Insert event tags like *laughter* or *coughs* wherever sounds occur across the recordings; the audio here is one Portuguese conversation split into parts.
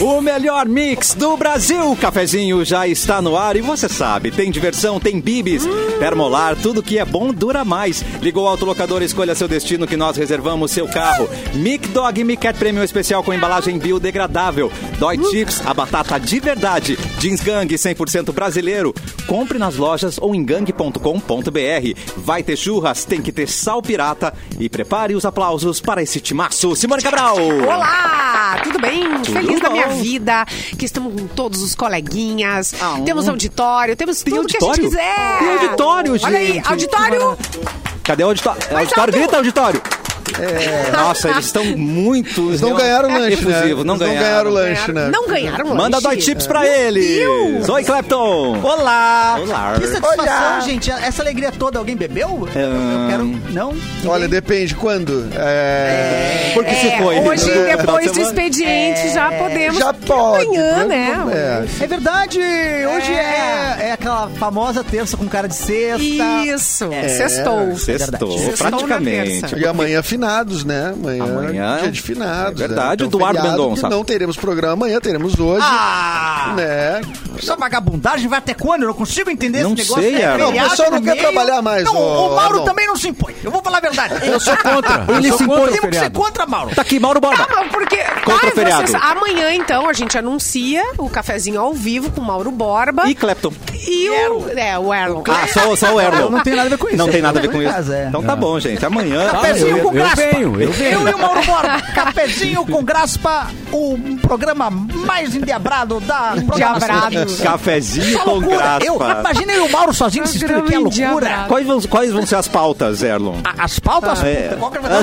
O melhor mix do Brasil. O cafezinho já está no ar e você sabe, tem diversão, tem bibis, termolar, tudo que é bom dura mais. Ligou o autolocador, escolha seu destino que nós reservamos seu carro. Mic Dog Mic Cat Premium Especial com embalagem biodegradável. Dói Chips, a batata de verdade. Jeans Gang 100% brasileiro. Compre nas lojas ou em gang.com.br. Vai ter churras, tem que ter sal pirata e prepare os aplausos para esse timaço. Simone Cabral. Olá, tudo bem? Feliz da bom. minha vida, que estamos com todos os coleguinhas, Ah, um. temos auditório, temos tudo auditório? que a gente quiser. Tem auditório, Olha aí, gente. auditório, Cadê o auditório? alto! tá auditório, grita, *laughs* auditório! É, Nossa, *laughs* eles estão muito. Eles não ganharam o lanche, né? Efusivo, não Eles ganharam. o lanche, né? não ganharam lanche. Manda dois tips pra eles! Oi, Clapton! Olá! Olá. Que satisfação, Olá. gente. Essa alegria toda, alguém bebeu? Eu- Eu quero. Não? Ninguém? É. Olha, depende quando. É... Porque É, se foi. Hoje, né? depois Final de do semana? expediente, É. já podemos. Já Porque pode. É, Amanhã, Vamos- né? É. É verdade! Hoje é, é aquela famosa terça com cara de sexta. é. Isso, sextou. É Sextou, Sextou na praticamente. terça. E amanhã finados, né? Amanhã, Amanhã. é dia de finados. É verdade, né? Eduardo feriado que Mendonça. Não teremos programa amanhã, teremos hoje. Ah! Né? Essa vagabundagem vai até quando? Eu não consigo entender Não esse negócio. sei, é Aaron. Não, o feriado pessoal não no quer meio. trabalhar mais, Não, ô, o Mauro Arnon. também não se impõe. Eu vou falar a verdade. Eu *laughs* sou contra. Ele eu sou se impõe contra Temos o que ser feriado. contra, Mauro. Tá aqui, Mauro Borba! Ah, Não, porque. Contra o Ai, feriado. vocês- amanhã, então, a gente anuncia o cafezinho ao vivo com Mauro Borba. E Clapton. E o. É, o Erlon. Ah, só, só o Erlon. Não tem nada a ver com isso. Não tem nada a ver com Em isso. casa, é. Então tá bom, gente. Amanhã. Ah, Cafezinho eu, com eu graspa. venho, eu venho. Eu e o Mauro Borba, cafezinho com graspa, o programa mais endiabrado da Endiabrado. Cafezinho Que com loucura. Eu, graspa. imaginei o Mauro sozinho nesse estúdio, que é Programa loucura. endiabrado. Quais vão, quais vão ser as pautas, Erlon? A- As pautas? é. Qual que vai dar?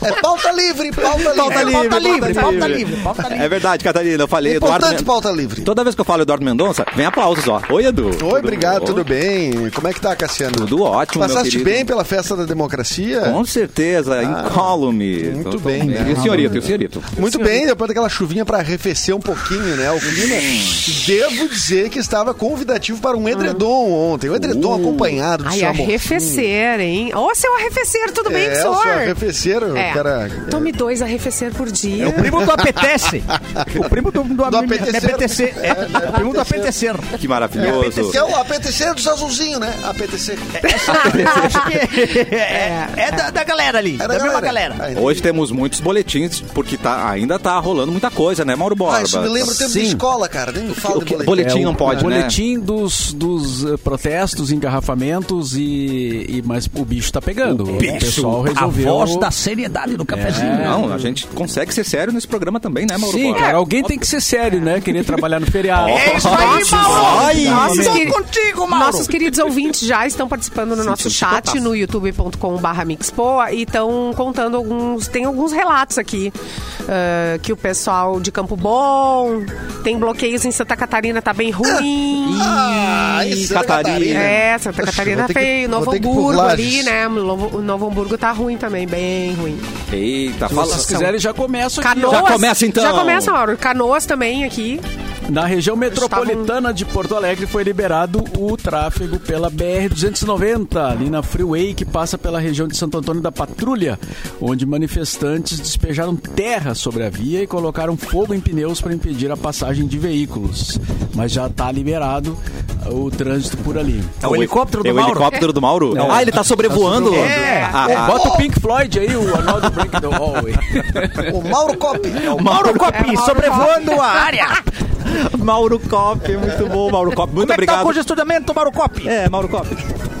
É pauta livre, pauta livre. É, Pauta livre, pauta livre, pauta livre, pauta livre. É verdade, Catarina. Eu falei, Eduardo. Importante Men- pauta livre. Toda vez que eu falo Eduardo Mendonça, vem aplausos, ó. Oi, Edu. Oi, obrigado, bom? tudo bem? Como é que tá, Cassiano? Tudo ótimo, meu Passaste querido. bem pela festa da democracia? Com certeza, incólume. muito Tô- tô bem, né? E o senhorito, e o senhorito? Muito bem, depois daquela chuvinha pra arrefecer um pouquinho, né? O clima. Devo dizer que estava convidativo para um edredom ontem. O edredom acompanhado do Ai, seu amor. arrefecer, hein? Ô, oh, seu arrefecer, tudo bem, é, senhor? o seu arrefeceiro, É. cara. Tome dois arrefecer por dia. É O primo do apetece. O primo do, do, apetecer. apetecer. É, o primo do apetecer. Que maravilhoso. É o apetecer dos azulzinhos, né? Apetecer. Acho que é, é da, da galera ali, é da, mesma galera. Ai, Hoje temos muitos boletins, porque tá, ainda tá rolando muita coisa, né, Mauro Borba? Ah, isso me lembra o tempo de Sim. escola, cara. Nem me fala O que- de boletim. boletim É, não o- pode, o né? boletim dos, dos eh, protestos, engarrafamentos e, e- Mas o bicho tá pegando. O, pessoal resolveu. A voz da seriedade do cafezinho. É. Não, a gente consegue ser sério nesse programa também, né, Mauro Sim, Borba? cara, alguém tem que ser sério, né? Querer trabalhar no feriado. É isso aí, Mauro! Ai, Nossos Estou queri- contigo, Mauro. Nossos queridos ouvintes já estão participando no nosso tá. chat no youtube.com.br mixpoa e estão contando alguns. Tem alguns relatos aqui ah, que o pessoal de Campo Bom tem bloqueios em Santa Catarina, tá *coughs* bem ruim. Ah, isso Catarina. É, Santa Oxe, Catarina vou ter é que- feio. vou Novo ter que ir por Hamburgo ali, Lages. *laughs* né? Novo, Novo Hamburgo tá ruim também, bem ruim. Eita, Se fala. vocês quiserem, já começo aqui. Canoas. ó. Já começa, então. Já começa, Mauro. Canoas também aqui. Na região metropolitana de Porto Alegre foi liberado o tráfego pela BR-290, ali na Freeway, que passa pela região de Santo Antônio da Patrulha, onde manifestantes despejaram terra sobre a via e colocaram fogo em pneus para impedir a passagem de veículos. Mas já está liberado o trânsito por ali. É o helicóptero do É o Mauro. helicóptero do Mauro? Não. Ah, ele tá sobrevoando. É. Ah, ah, Bota o Pink Floyd aí, o Another Break the Hallway. O Mauro Cop. Mauro Coppi, Mauro sobrevoando a área. Muito Mauro Cop, é muito bom, Mauro Cop. Muito Como é que tá o obrigado. congestionamento, Mauro Coppi? É, Mauro Cop.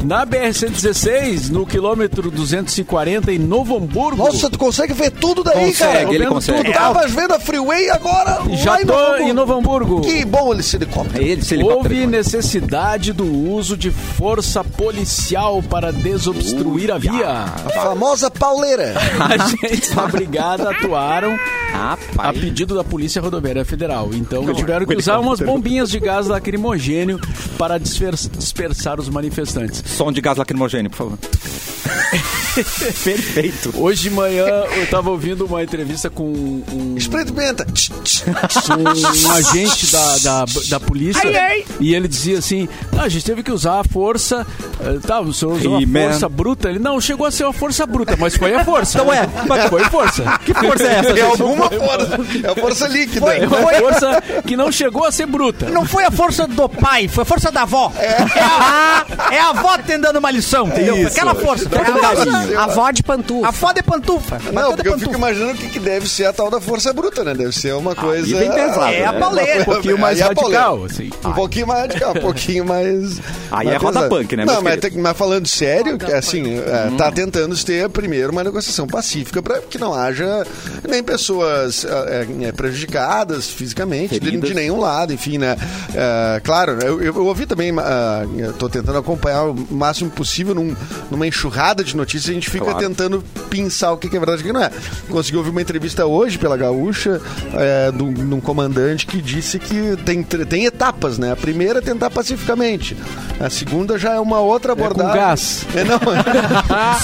Na BR-116, no quilômetro 240, em Novo Hamburgo. Nossa, tu consegue ver tudo daí, Consegue, cara? ele vendo consegue. Tu tava vendo a freeway agora. Já lá tô em Novo Hamburgo. Que bom esse helicóptero. É Ele, se Houve necessidade do uso de força policial para desobstruir a A via. tá famosa pauleira. Agentes da brigada atuaram um a Rapaz. pedido da Polícia Rodoviária Federal. Então tiveram que usar umas bombinhas de gás lacrimogênio para disfer- dispersar os manifestantes. Som de gás lacrimogênio, por favor. *laughs* Perfeito. Hoje de manhã eu tava ouvindo uma entrevista com um, Spray de pimenta. um agente da, da, da polícia Ai, ai. e ele dizia assim: "Ah, a gente teve que usar a força. eh, Tá, o senhor usou Hey, uma man. força bruta. Ele não chegou a ser uma força bruta, mas foi a força. Então é. mas foi *laughs* força. Que força é essa? É gente? alguma força. É a força líquida. É uma força que não chegou a ser bruta. Não foi a força do pai, foi a força da avó. É, a, é a avó tentando uma lição, entendeu? Isso. Aquela força. Dá um carinho. A avó de pantufa. A foda é pantufa. mas Não, toda porque eu fico pantufa. imaginando o que, que deve ser a tal da força bruta, né? Deve ser uma coisa. Ah, bem pesado, É a né? pauleira. Uma Um coisa- pouquinho mais aí é a radical, pauleira. assim. Um pouquinho mais radical, um pouquinho mais. Aí mais é roda pesado. punk, né, Não, meus mas, queridos? tem- mas falando sério, que, assim, é, tá tentando ter primeiro uma negociação pacífica para que não haja nem pessoas é, é, prejudicadas fisicamente, de, Feridas. de nenhum lado, enfim, né? É, claro, eu, eu- eu ouvi também, ah, eu tô tentando acompanhar o máximo possível num- numa enxurrada de notícias, a gente fica Claro. tentando tentando pensar o que que é verdade e o que não é. Consegui ouvir uma entrevista hoje pela Gaúcha é, de um- de um comandante que disse que tem, tre- tem etapas, né? A primeira é tentar pacificamente. A segunda já é uma outra com abordagem. gás. É, *laughs* não.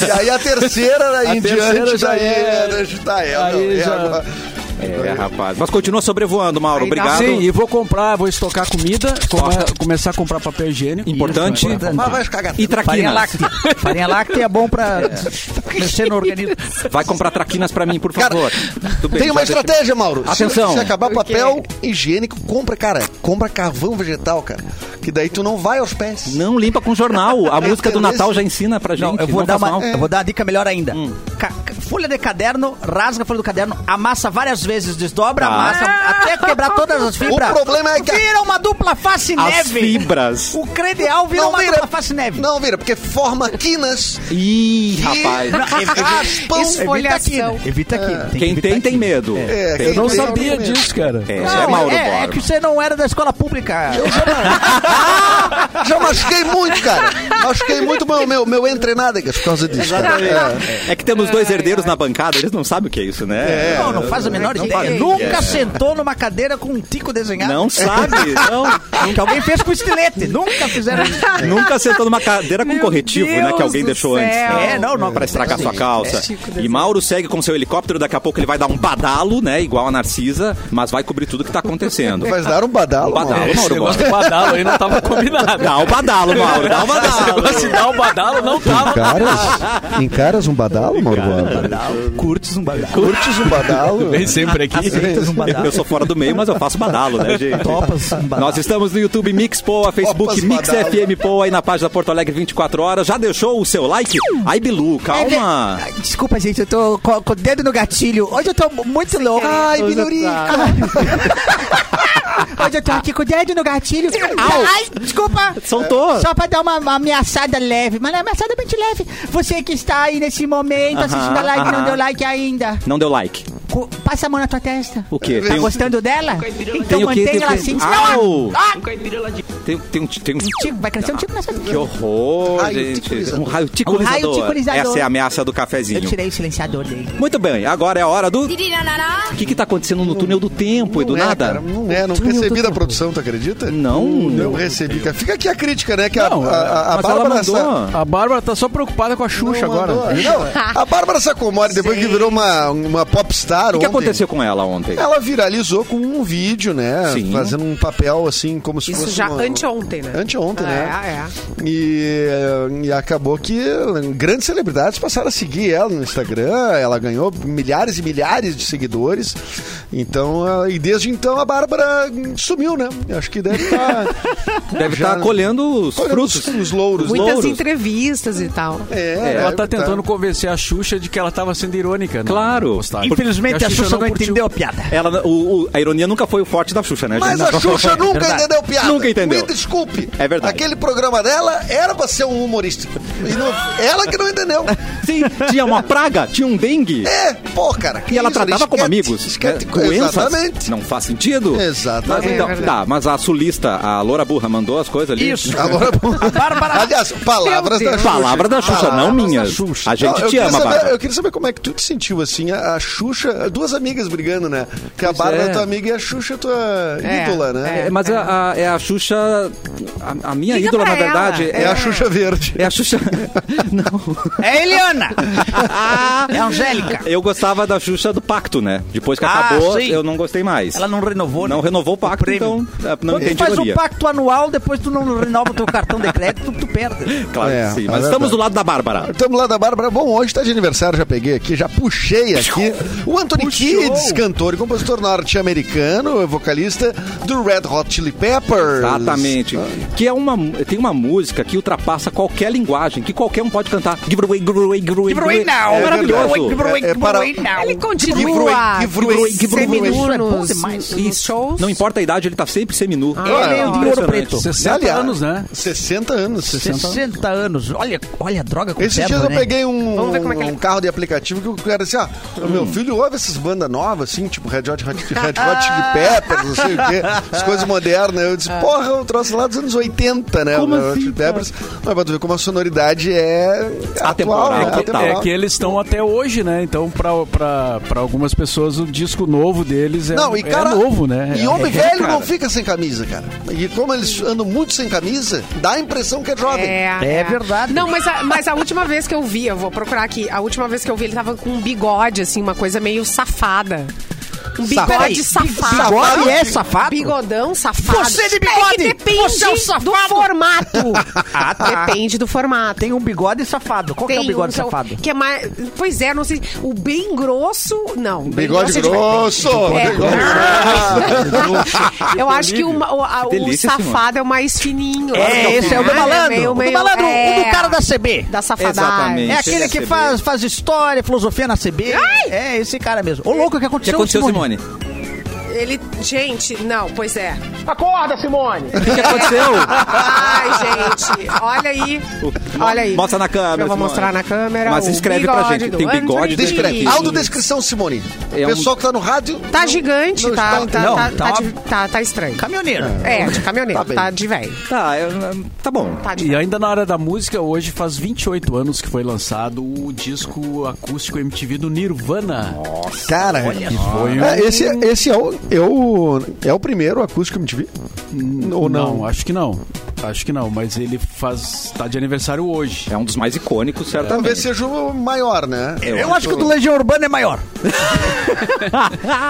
e aí a terceira né, em terceira diante já daí é- é, tá, é, aí não, é já- agora. É, rapaz. Mas continua sobrevoando, Mauro. Aí dá Obrigado. Sim, e vou comprar, vou estocar comida, come- começar a comprar papel higiênico. Importante. Isso, Mas vai ficar E Farinha traquinas. láctea. Farinha láctea é bom pra mexer no organismo. Vai comprar traquinas pra mim, por favor. Tudo bem, Tem uma já deixa- estratégia, Mauro. Se- Atenção. Se, acabar papel higiênico, compra, cara. Compra carvão vegetal, cara. Que daí tu não vai aos pés. Não limpa com jornal. A música do beleza. Natal já ensina pra gente. Não, eu vou, dar faz uma, mal. eu vou dar uma dica melhor ainda. Ca- ca- folha de caderno, rasga a folha do caderno, amassa várias vezes, desdobra, Tá. amassa até quebrar todas as fibras. problema é que a- Vira uma dupla face As neve. fibras. O credeal vira Não uma vira. dupla face neve. Não, vira, porque forma quinas Ih, *laughs* rapaz. é Raspam. Evita aqui. Esfoliação. né? Evita aqui. que Quem evitar tem, aqui. tem medo. É, Tem- Eu quem não tem sabia algum- disso, cara. É, Não, é Mauro é, é Borba. que você não era da escola pública. Já machuquei muito, cara. Machuquei muito meu, meu, meu entrenádegas por causa disso. cara. É. É. É que temos dois herdeiros na bancada, eles não sabem o que é isso, né? não, não faz a menor Não ideia. faz. Nunca sentou numa cadeira com um tico desenhado. É. Ah, Não sabe, não. Que alguém fez com estilete. Nunca fizeram isso. Nunca sentou numa cadeira com Meu corretivo, né? Deus Que alguém do deixou céu. antes. né? É, não, não. Pra estragar sua calça. e Mauro segue com seu helicóptero, daqui a pouco ele vai dar um badalo, né? Igual a Narcisa, mas vai cobrir tudo que tá acontecendo. Mas dar um badalo, Um badalo. mano. Esse Mauro negócio do badalo aí não tava combinado. Dá o badalo, Mauro, dá o *laughs* Esse badalo. negócio de dar o badalo não tava. Encaras? Encaras um badalo, Mauro? Badalo. Curtes um bagulho. Curtes um badalo? Vem sempre aqui. Aceitas um badalo. Eu sou fora do meio, mas eu faço badalo, né, gente? Topas um badalo. Nós estamos no YouTube Mix Poa, Facebook Topas Mix badalo. FM Poa e na página Porto Alegre 24 horas. Já deixou o seu like? Ai, Bilu, calma. Ah, Desculpa, gente, eu tô co- com, o dedo no gatilho. Hoje eu tô muito louco. Ai, *laughs* Biluri. Hoje eu tô aqui com o dedo no gatilho. Ai, desculpa. Soltou. Só pra dar uma, uma ameaçada leve. Mas é ameaçada bem de leve. Você que está aí nesse momento assistindo a live e não aham. deu like ainda. Não deu like. Co- Passa a mão na tua testa. O quê? Tá Tem um- gostando dela? Então Tem o quê? mantenha Tem o ela quê? assim. senão- Au! Ah, Tem, tem um. Tem um... tico, vai crescer um tico na sua Que horror, Raio gente. ticulizador. Um raio Um raio ticulizador. ticulizador. Essa é a ameaça do Eu cafezinho. tirei o silenciador dele. Muito bem, agora é a hora do. O que, que tá acontecendo no túnel do tempo e do Não é, nada? cara, não é, não recebi da produção, tu acredita? Não. Não recebi, cara. Fica aqui a crítica, né? Que a, Não, a, a, a mas ela Bárbara mandou. Sa- A Bárbara tá só preocupada com a Não Xuxa mandou. agora. Não, a Bárbara *laughs* Sacomori, depois que virou uma, uma popstar O que ontem... aconteceu com ela ontem? Ela viralizou com um vídeo, né? Sim. Fazendo um papel assim, como *laughs* se Isso fosse. já uma- anteontem, né? Anteontem, né? É, é. E, e acabou que grandes celebridades passaram a seguir ela no Instagram. Ela ganhou milhares e milhares de seguidores. Então, ah, e desde então a Bárbara hum, sumiu, né? Acho que *laughs* deve estar. Deve já- estar colhendo os colhendo os- frutos. os louros. Muito- Muitas louros. entrevistas e tal. É, Ela deve tá tá. tentando convencer a Xuxa de que ela tava sendo irônica. né? Claro. Postagem. Infelizmente, a Xuxa não curtiu. entendeu a piada. Ela, o- o- a ironia nunca foi o forte da Xuxa, né? Mas gente? a Xuxa nunca Verdade. entendeu piada. Nunca entendeu. Me desculpe. É verdade. Aquele programa dela era pra ser um humorista. E não- ela que *laughs* não entendeu. *laughs* Sim, tinha uma praga, tinha um dengue. É, pô, cara. que E ela isso, tratava esquete, como amigos. esquete, né? Doenças. Exatamente. Não faz sentido. Mas, Exatamente. então, É verdade. tá, mas a sulista, a Loura Burra, mandou as coisas ali. Isso. *laughs* Agora, Bárbara- aliás, palavras Meu da Deus. Xuxa. Palavra da Xuxa, não minhas. Xuxa. A gente Não, eu te queria ama, saber- Bárbara. Eu queria saber como é que tu te sentiu, assim, a, a Xuxa, duas amigas brigando, né? Que a Bárbara é é. tua amiga e a Xuxa é tua É, ídola, né? É, mas a, a- é a Xuxa. A, a minha Liga ídola, pra na verdade. ela. É, É, a Xuxa Verde. é a Xuxa. Não. É Eliana! é Angélica! *laughs* Eu gostava da Xuxa do pacto, né? Depois que Ah, acabou, sim. eu não gostei mais. Ela não renovou, né? Não renovou o pacto, prêmio. então é, não Quando tu entendi faz um ironia. pacto anual, depois tu não renova o teu cartão de crédito, tu *laughs* perde. Claro que É, sim. Mas é verdade. estamos do lado da Bárbara. Estamos lá da Bárbara. Bom, hoje tá de aniversário, já peguei aqui, já puxei aqui. O Anthony Kiedis, cantor e compositor norte-americano, vocalista do Red Hot Chili Peppers. Exatamente. Que é uma. Tem uma música que ultrapassa qualquer linguagem, que qualquer um pode cantar. Give it away, give it away, give it away. Give it away É now. Give maravilhoso. it away, give it away Então. now. Ele Givroi, continua Givroi, Givroi. seminu Isso é bom nos- demais. nos shows. Não importa a idade, ele tá sempre seminu. ele é impressionante. ouro preto. 60 Aliás, anos, né? 60 anos. 60 anos. Olha, olha a droga com Esses dias pedra, eu né? peguei um, Vamos ver como é Hum. que ele- um carro de aplicativo que o cara disse, ah, o meu filho ouve essas bandas novas, assim, tipo Red Hot, Hot- Red Hot Chili Peppers, não sei o quê, as coisas modernas. Eu Ah. disse, porra, eu trouxe lá dos anos 80, né? o Red assim, Hot Chili Peppers. Mas pra tu ver como a sonoridade é atual, Atemporal, né? total. Atemporal. É É que eles estão até hoje, né? Então, pra, pra, pra algumas pessoas, o disco novo deles é, Não, e cara, é novo, né? E É- homem é, velho cara. não fica sem camisa, cara. E como eles andam muito sem camisa, dá a impressão que é jovem. É verdade. Não, mas a, mas a última vez que eu vi, eu vou procurar aqui, a última vez que eu vi ele tava com um bigode, assim, uma coisa meio safada. Um bigode safado. Bigode é safado? Bigodão safado. Você de bigode! É que depende Você é um do safado! *laughs* Ah, tá. formato. Depende do formato. Tem um bigode safado. Qual que é o Tem bigode que é o- safado? Que é mais, pois é, não sei. O bem grosso, não. bem Bigode é de- grosso! *laughs* É. Bigode Eu acho que o, ma- o, a- o delícia esse safado é o mais fininho. É, esse é o do Ah, malandro. meio- o do meio- malandro, é, o do cara da CB. Da safadagem. Exatamente. É aquele que CB. faz, faz história, filosofia na CB. Ai! É esse cara mesmo. Ô, louco, é o que O que aconteceu, aconteceu, Simone? Ele, gente, não, pois é. O que aconteceu? Ai, gente, olha aí. Olha aí. Mostra na câmera, Eu vou Simone. mostrar na câmera. Mas o escreve pra bigode gente, do tem bigode, Anthony. descreve. Descreve. Autodescrição, Simone. É um- Pessoal que tá no rádio. Tá não- gigante, não tá, está- tá, não, tá, tá, tá de- tá- tá estranho. Caminhoneiro. É, de caminhoneiro, Tá bem. tá, de velho. Tá, eu- tá bom. Tá de E ainda na área da música, hoje faz 28 anos que foi lançado o disco acústico MTV do Nirvana. um Cara, que foi é, esse, esse é, o, é o é o primeiro acústico MTV? Ou não? Hum, Não, acho que não. Acho que não, mas ele faz. tá de aniversário hoje. É um dos mais icônicos, certamente. Talvez seja o maior, né? Eu Eu acho que o do Legião Urbana é *laughs* maior.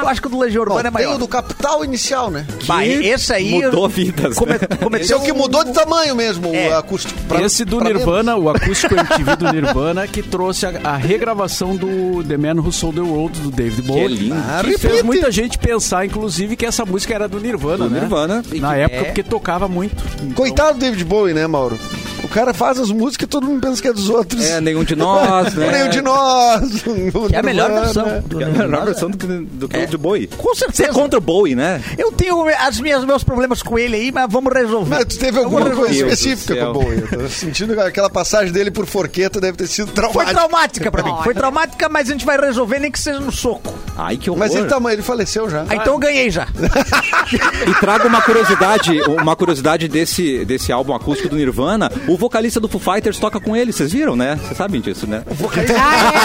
Eu acho que o do Legião Bom, Urbana é tem o maior. do Capital Inicial, né? Bah, esse aí... Mudou vidas. Come- né? Esse é Cometeu o que mudou de tamanho mesmo, É. o acústico. pra- Esse do pra Nirvana, o acústico MTV do Nirvana, que trouxe a, a regravação do The Man Who Sold the World, do David Que Bowie. lindo. menos. Ah, Que fez repite. muita gente pensar, inclusive, que essa música era do Nirvana, Do né? Nirvana. E Na que- época, é. porque tocava muito. Coitado do David Bowie, né, Mauro? O cara faz as músicas e todo mundo pensa que é dos outros. *laughs* É, nenhum de nós, né? Nenhum de nós. *laughs* Que é a melhor versão. do É a Nirvana. melhor versão do que, do que o de Bowie. Com Você é certeza. contra o Bowie, né? Eu tenho as minhas, meus problemas com ele aí, mas vamos resolver. Mas tu teve alguma Meu coisa Deus específica do com céu. o Bowie. Eu tô sentindo que aquela passagem dele por Forqueta deve ter sido Foi traumática. traumática pra mim. Foi traumática, mas a gente vai resolver nem que seja no soco. Ai, que horror. Mas ele, tá, ele faleceu já. Ah, então eu ganhei já. E trago uma curiosidade, uma curiosidade desse, desse álbum acústico do Nirvana. O vocalista do Foo Fighters toca com ele, vocês viram, né? Vocês sabem disso, né? *laughs*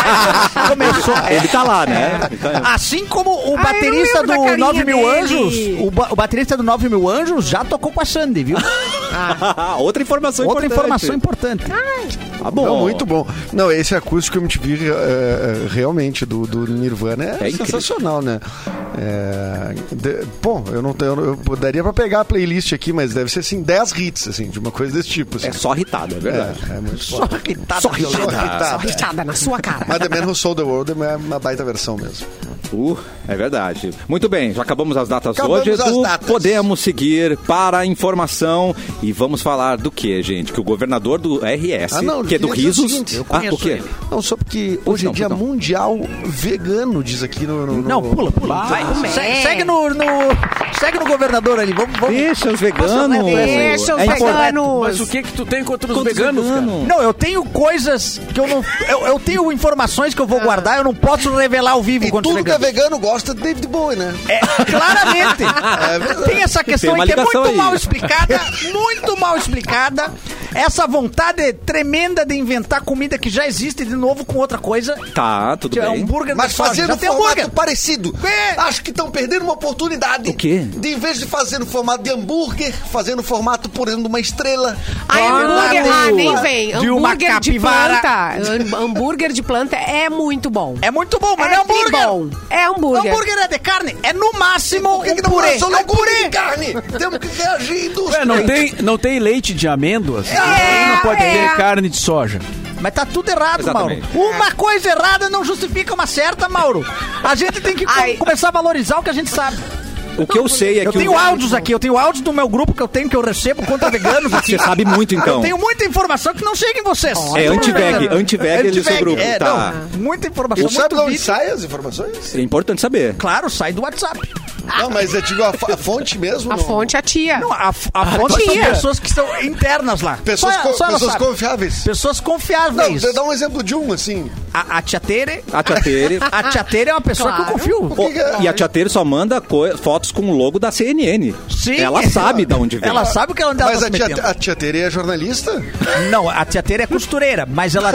Começou. Ele tá lá, É. né? Então, Assim como o Ah, baterista eu lembro da do carinha 9 Mil dele. Anjos, o, ba- o baterista do 9 Mil Anjos já tocou com a Sandy, *laughs* viu? Então, *laughs* outra informação Outra importante. informação importante. Ah, bom. Não, muito bom. Não, esse acústico MTV re- é, é, realmente do, do Nirvana é, É incrível. sensacional, né? É, de- bom, eu não tenho. Eu daria pra pegar a playlist aqui, mas deve ser assim, 10 hits, assim, de uma coisa desse tipo. assim. É só irritado, é verdade. É, é muito Só que tá Só só Só irritado. ritada na sua cara. Mas The Man Who Sold the World é uma- uma baita versão mesmo. Uh, é verdade. Muito bem, já acabamos as datas Acabamos hoje. as Edu. datas. Podemos seguir para a informação e vamos falar do que, gente? Que o governador do RS, Ah, não, que é do eu queria dizer o Risos. seguinte, eu ah, o quê? Não, só porque hoje não, é dia pois não. mundial vegano, diz aqui no. no- no- Não, pula, pula. Vai, segue, segue no, no- Segue no governador ali. Vamos, vamos. Deixa os veganos. Deixa os É importante. Mas veganos. o que que tu tem contra os Contra os veganos, cara? veganos. Não, eu tenho coisas que eu não. Eu, eu tenho informações que eu vou guardar, eu não posso revelar ao vivo E quando tudo que é chegar. vegano gosta de David Bowie, né? É, claramente. verdade. Tem essa questão Tem uma aí que é ligação muito aí. mal explicada, muito mal explicada. essa vontade tremenda de inventar comida que já existe de novo com outra coisa. Tá, tudo É bem. hambúrguer Mas da soja. fazer Já no tem um formato hambúrguer. parecido. É. Acho que estão perdendo uma oportunidade. O quê? De em vez de fazer no formato de hambúrguer, fazer no formato, por exemplo, de uma estrela. Ai, hambúrguer, ah, nem vem. De uma Hambúrguer de capivara. planta. Hum, Hambúrguer de planta é muito bom. É muito bom, mas não é hambúrguer. bom. É hambúrguer. Hambúrguer é de carne. É no máximo Por que, um que não purê. lançou É um legume purê. de carne? *laughs* Temos que reagir, indústria. É, Ué, não tem, não tem leite de amêndoas? É, não pode é. ter carne de soja. Mas tá tudo errado, Exatamente. Mauro. Uma coisa errada não justifica uma certa, Mauro. A gente tem que co- Ai. começar a valorizar o que a gente sabe. O que eu sei é eu que. tenho o... áudios aqui, eu tenho áudios do meu grupo que eu tenho, que eu recebo contra veganos. assim. Você sabe muito, então. Eu tenho um- muita informação que não chega em vocês. É anti-veg, anti-veg ele do grupo, é, tá. não, muita informação, Tu sabe muito de onde vídeo. saem as informações? É importante saber. Claro, sai do WhatsApp. Não, mas eu digo, a, fa- Ah. a fonte mesmo. A não- fonte é a tia. Não, a, a fonte são tia. pessoas que são internas lá. Pessoas, Só- co- só ela pessoas sabe. confiáveis. Pessoas Não, confiáveis. você dá um exemplo de um, assim. a, a Tia Tere... A Tia Tere. A Tia Tere é uma pessoa que eu Claro. confio. *laughs* Pô, é? e a Tia Tere só manda co- fotos com o logo da CNN. Sim. Ela sabe de onde vem. Ela sabe que ela onde ela Mas tá a se tia, metendo. a tia Tere é jornalista? Não, a tia Tere é costureira, mas ela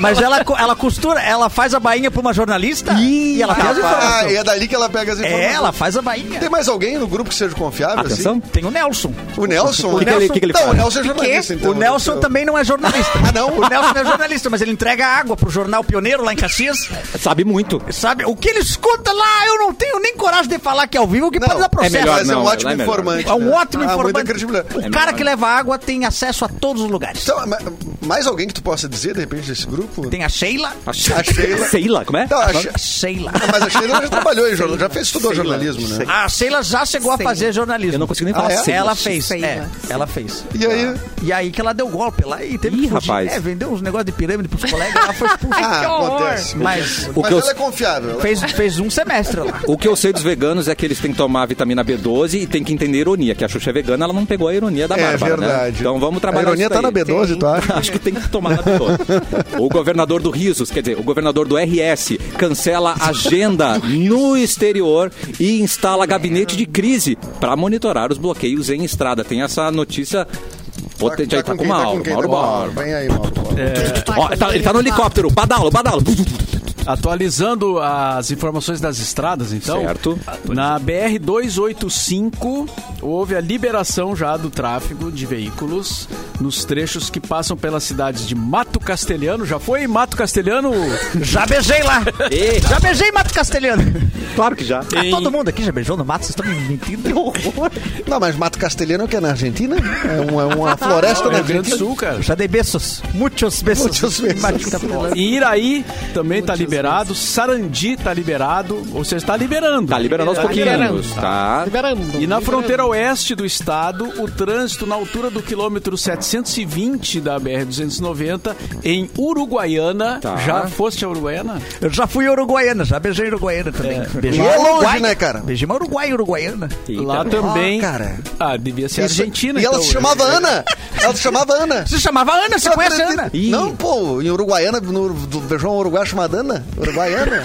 mas ela, co- ela costura, ela faz a bainha pra uma jornalista e ela tem as Ah, e informações. é dali que ela pega as informações. É, ela faz a bainha. Tem mais alguém no grupo que seja confiável? Atenção. Tem o Nelson. Assim? O Nelson? O que que Nelson- ele- que que ele Não, o faz? Nelson é jornalista, então. o Nelson Eu- também não é jornalista. *laughs* Ah, não? O Nelson não é jornalista, mas ele entrega água pro jornal Pioneiro lá em Caxias. Sabe muito. Sabe? O que ele escuta lá, eu não tenho nem coragem de falar que é ao vivo, que pode dar processo. é melhor mas é um não, ótimo é melhor. informante. É um né? ótimo Ah, muita informante. credibilidade. né? o cara que leva água tem acesso a todos os lugares. Então, ma- mais alguém que tu possa dizer, de repente, desse grupo? Tem a Sheila. Achei. *laughs* Sheila. Sei lá, como é? Não, a She- A Sheila. Mas a Sheila já trabalhou em jornalismo, já fez, estudou jornalismo, né? A Sheila já chegou a Sei. fazer jornalismo. Eu não consigo nem falar Ah, é? Sheila. Ela fez, Sheila. é, ela fez. E aí? Tá. E aí que ela deu golpe lá e teve Ih, que fugir. rapaz. É, vendeu uns negócios de pirâmide pros colegas, ela *laughs* foi expulsa. Ah, que horror. acontece. Mas O Mas que eu- ela é confiável. ela- fez, fez um semestre lá. O que eu sei dos veganos é que eles têm que tomar vitamina B12 e tem que entender ironia, que a Xuxa é vegana, ela não pegou a ironia da É Bárbara, né? verdade. Então vamos A trabalhar ironia isso tá na daí. B12, tu *laughs* acha? Acho que tem que tomar na B12. O governador do Risos, quer dizer, o governador do RS, cancela agenda no exterior e instala gabinete de crise para monitorar os bloqueios em estrada. Tem essa notícia potente aí, tá com quem? o Mauro. quem? Mauro Tá com- Borba. Vem aí, Mauro. Borba. É. Ó, ele tá- ele tá no helicóptero, badalo, badalo. Tá Atualizando as informações das estradas, então. Certo. Na BR 285 houve a liberação já do tráfego de veículos nos trechos que passam pelas cidades de Mato Castelhano. Já foi em Mato Castelhano? Já beijei lá. Ei, *laughs* Já beijei *laughs* Mato Castelhano. Ah, claro que já. Em- Todo mundo aqui já beijou no mato, vocês estão me mentindo. Que horror. Não, mas Mato Castelhano é o que é na Argentina? É uma, é *laughs* uma floresta Não, na Rio Grande do Argentina. Sul, cara. né? Já dei beijos. Muitos beijos. Muitos besos. Mato Castelhano. Em Iraí também tá liberado, Sarandi tá liberado, ou seja, tá liberando. Tá liberando aos Tá pouquinhos, liberando. tá? E na fronteira oeste do estado, o trânsito na altura do quilômetro 720 da BR-290, em Uruguaiana. Tá. Já foste a Uruguaiana? Eu já fui uruguaiana, já beijei uruguaiana também. Beijei Lá é longe, Uruguai. né, cara? Beijei uma uruguaia e uruguaiana. Lá também. Ah, cara. Ah, devia ser Isso- Argentina. E ela então, se chamava né? Ana. Ela se chamava Ana. Você chamava Ana, você conhece a Ana? Não, pô, em Uruguaiana, no, do- beijou uma uruguaia chamada Ana. Uruguaiana.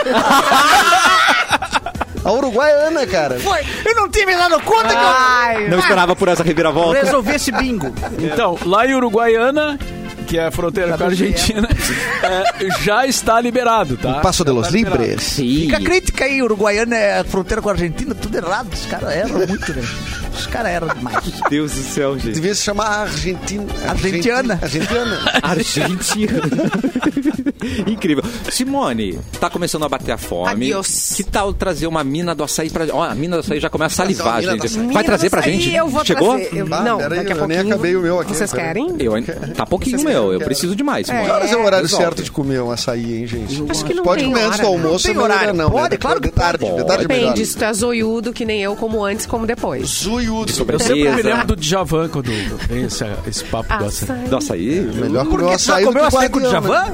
A uruguaiana, cara. Foi. Eu não tinha me dado conta Ai, Não esperava por essa que eu reviravolta. resolvi esse bingo. Então, lá em Uruguaiana, que é a fronteira com a Argentina, *laughs* é, já está liberado, tá? Passo de los Libres. Fica a crítica aí, uruguaiana é fronteira com a Argentina, tudo errado. Os caras erram muito, né? Os caras erram demais. Deus do céu, gente. Devia se chamar Argentina. Argentiana. *laughs* Argentiana. Argentina. *laughs* Incrível. Simone, tá começando a bater a fome. Adiós. Que tal trazer uma mina do açaí pra gente? Ó, a mina do açaí já começa a salivar, Trazer uma mina gente. do açaí. Vai trazer pra gente? Eu vou Chegou? trazer. Eu- Ah, não, peraí, daqui a eu nem pouquinho- acabei o meu aqui, Vocês peraí. querem? Eu ainda- Tá pouquinho, meu. Eu preciso demais, Simone. Que horas é o horário Resolve. certo de comer um açaí, hein, gente? Acho que não Pode tem comer antes do hora, né? almoço, Não tem é melhor horário. não. né? Pode, claro que de tarde, pode. de tarde é melhor. Depende, se tu é zoiudo, que nem eu, como antes, como depois. Zuiudo. Eu sempre me Beleza. lembro do Djavan quando vem esse, esse papo do açaí. Açaí. Do açaí? Melhor comer um Porque tu já açaí do comeu que açaí com o guardião, né? Djavan?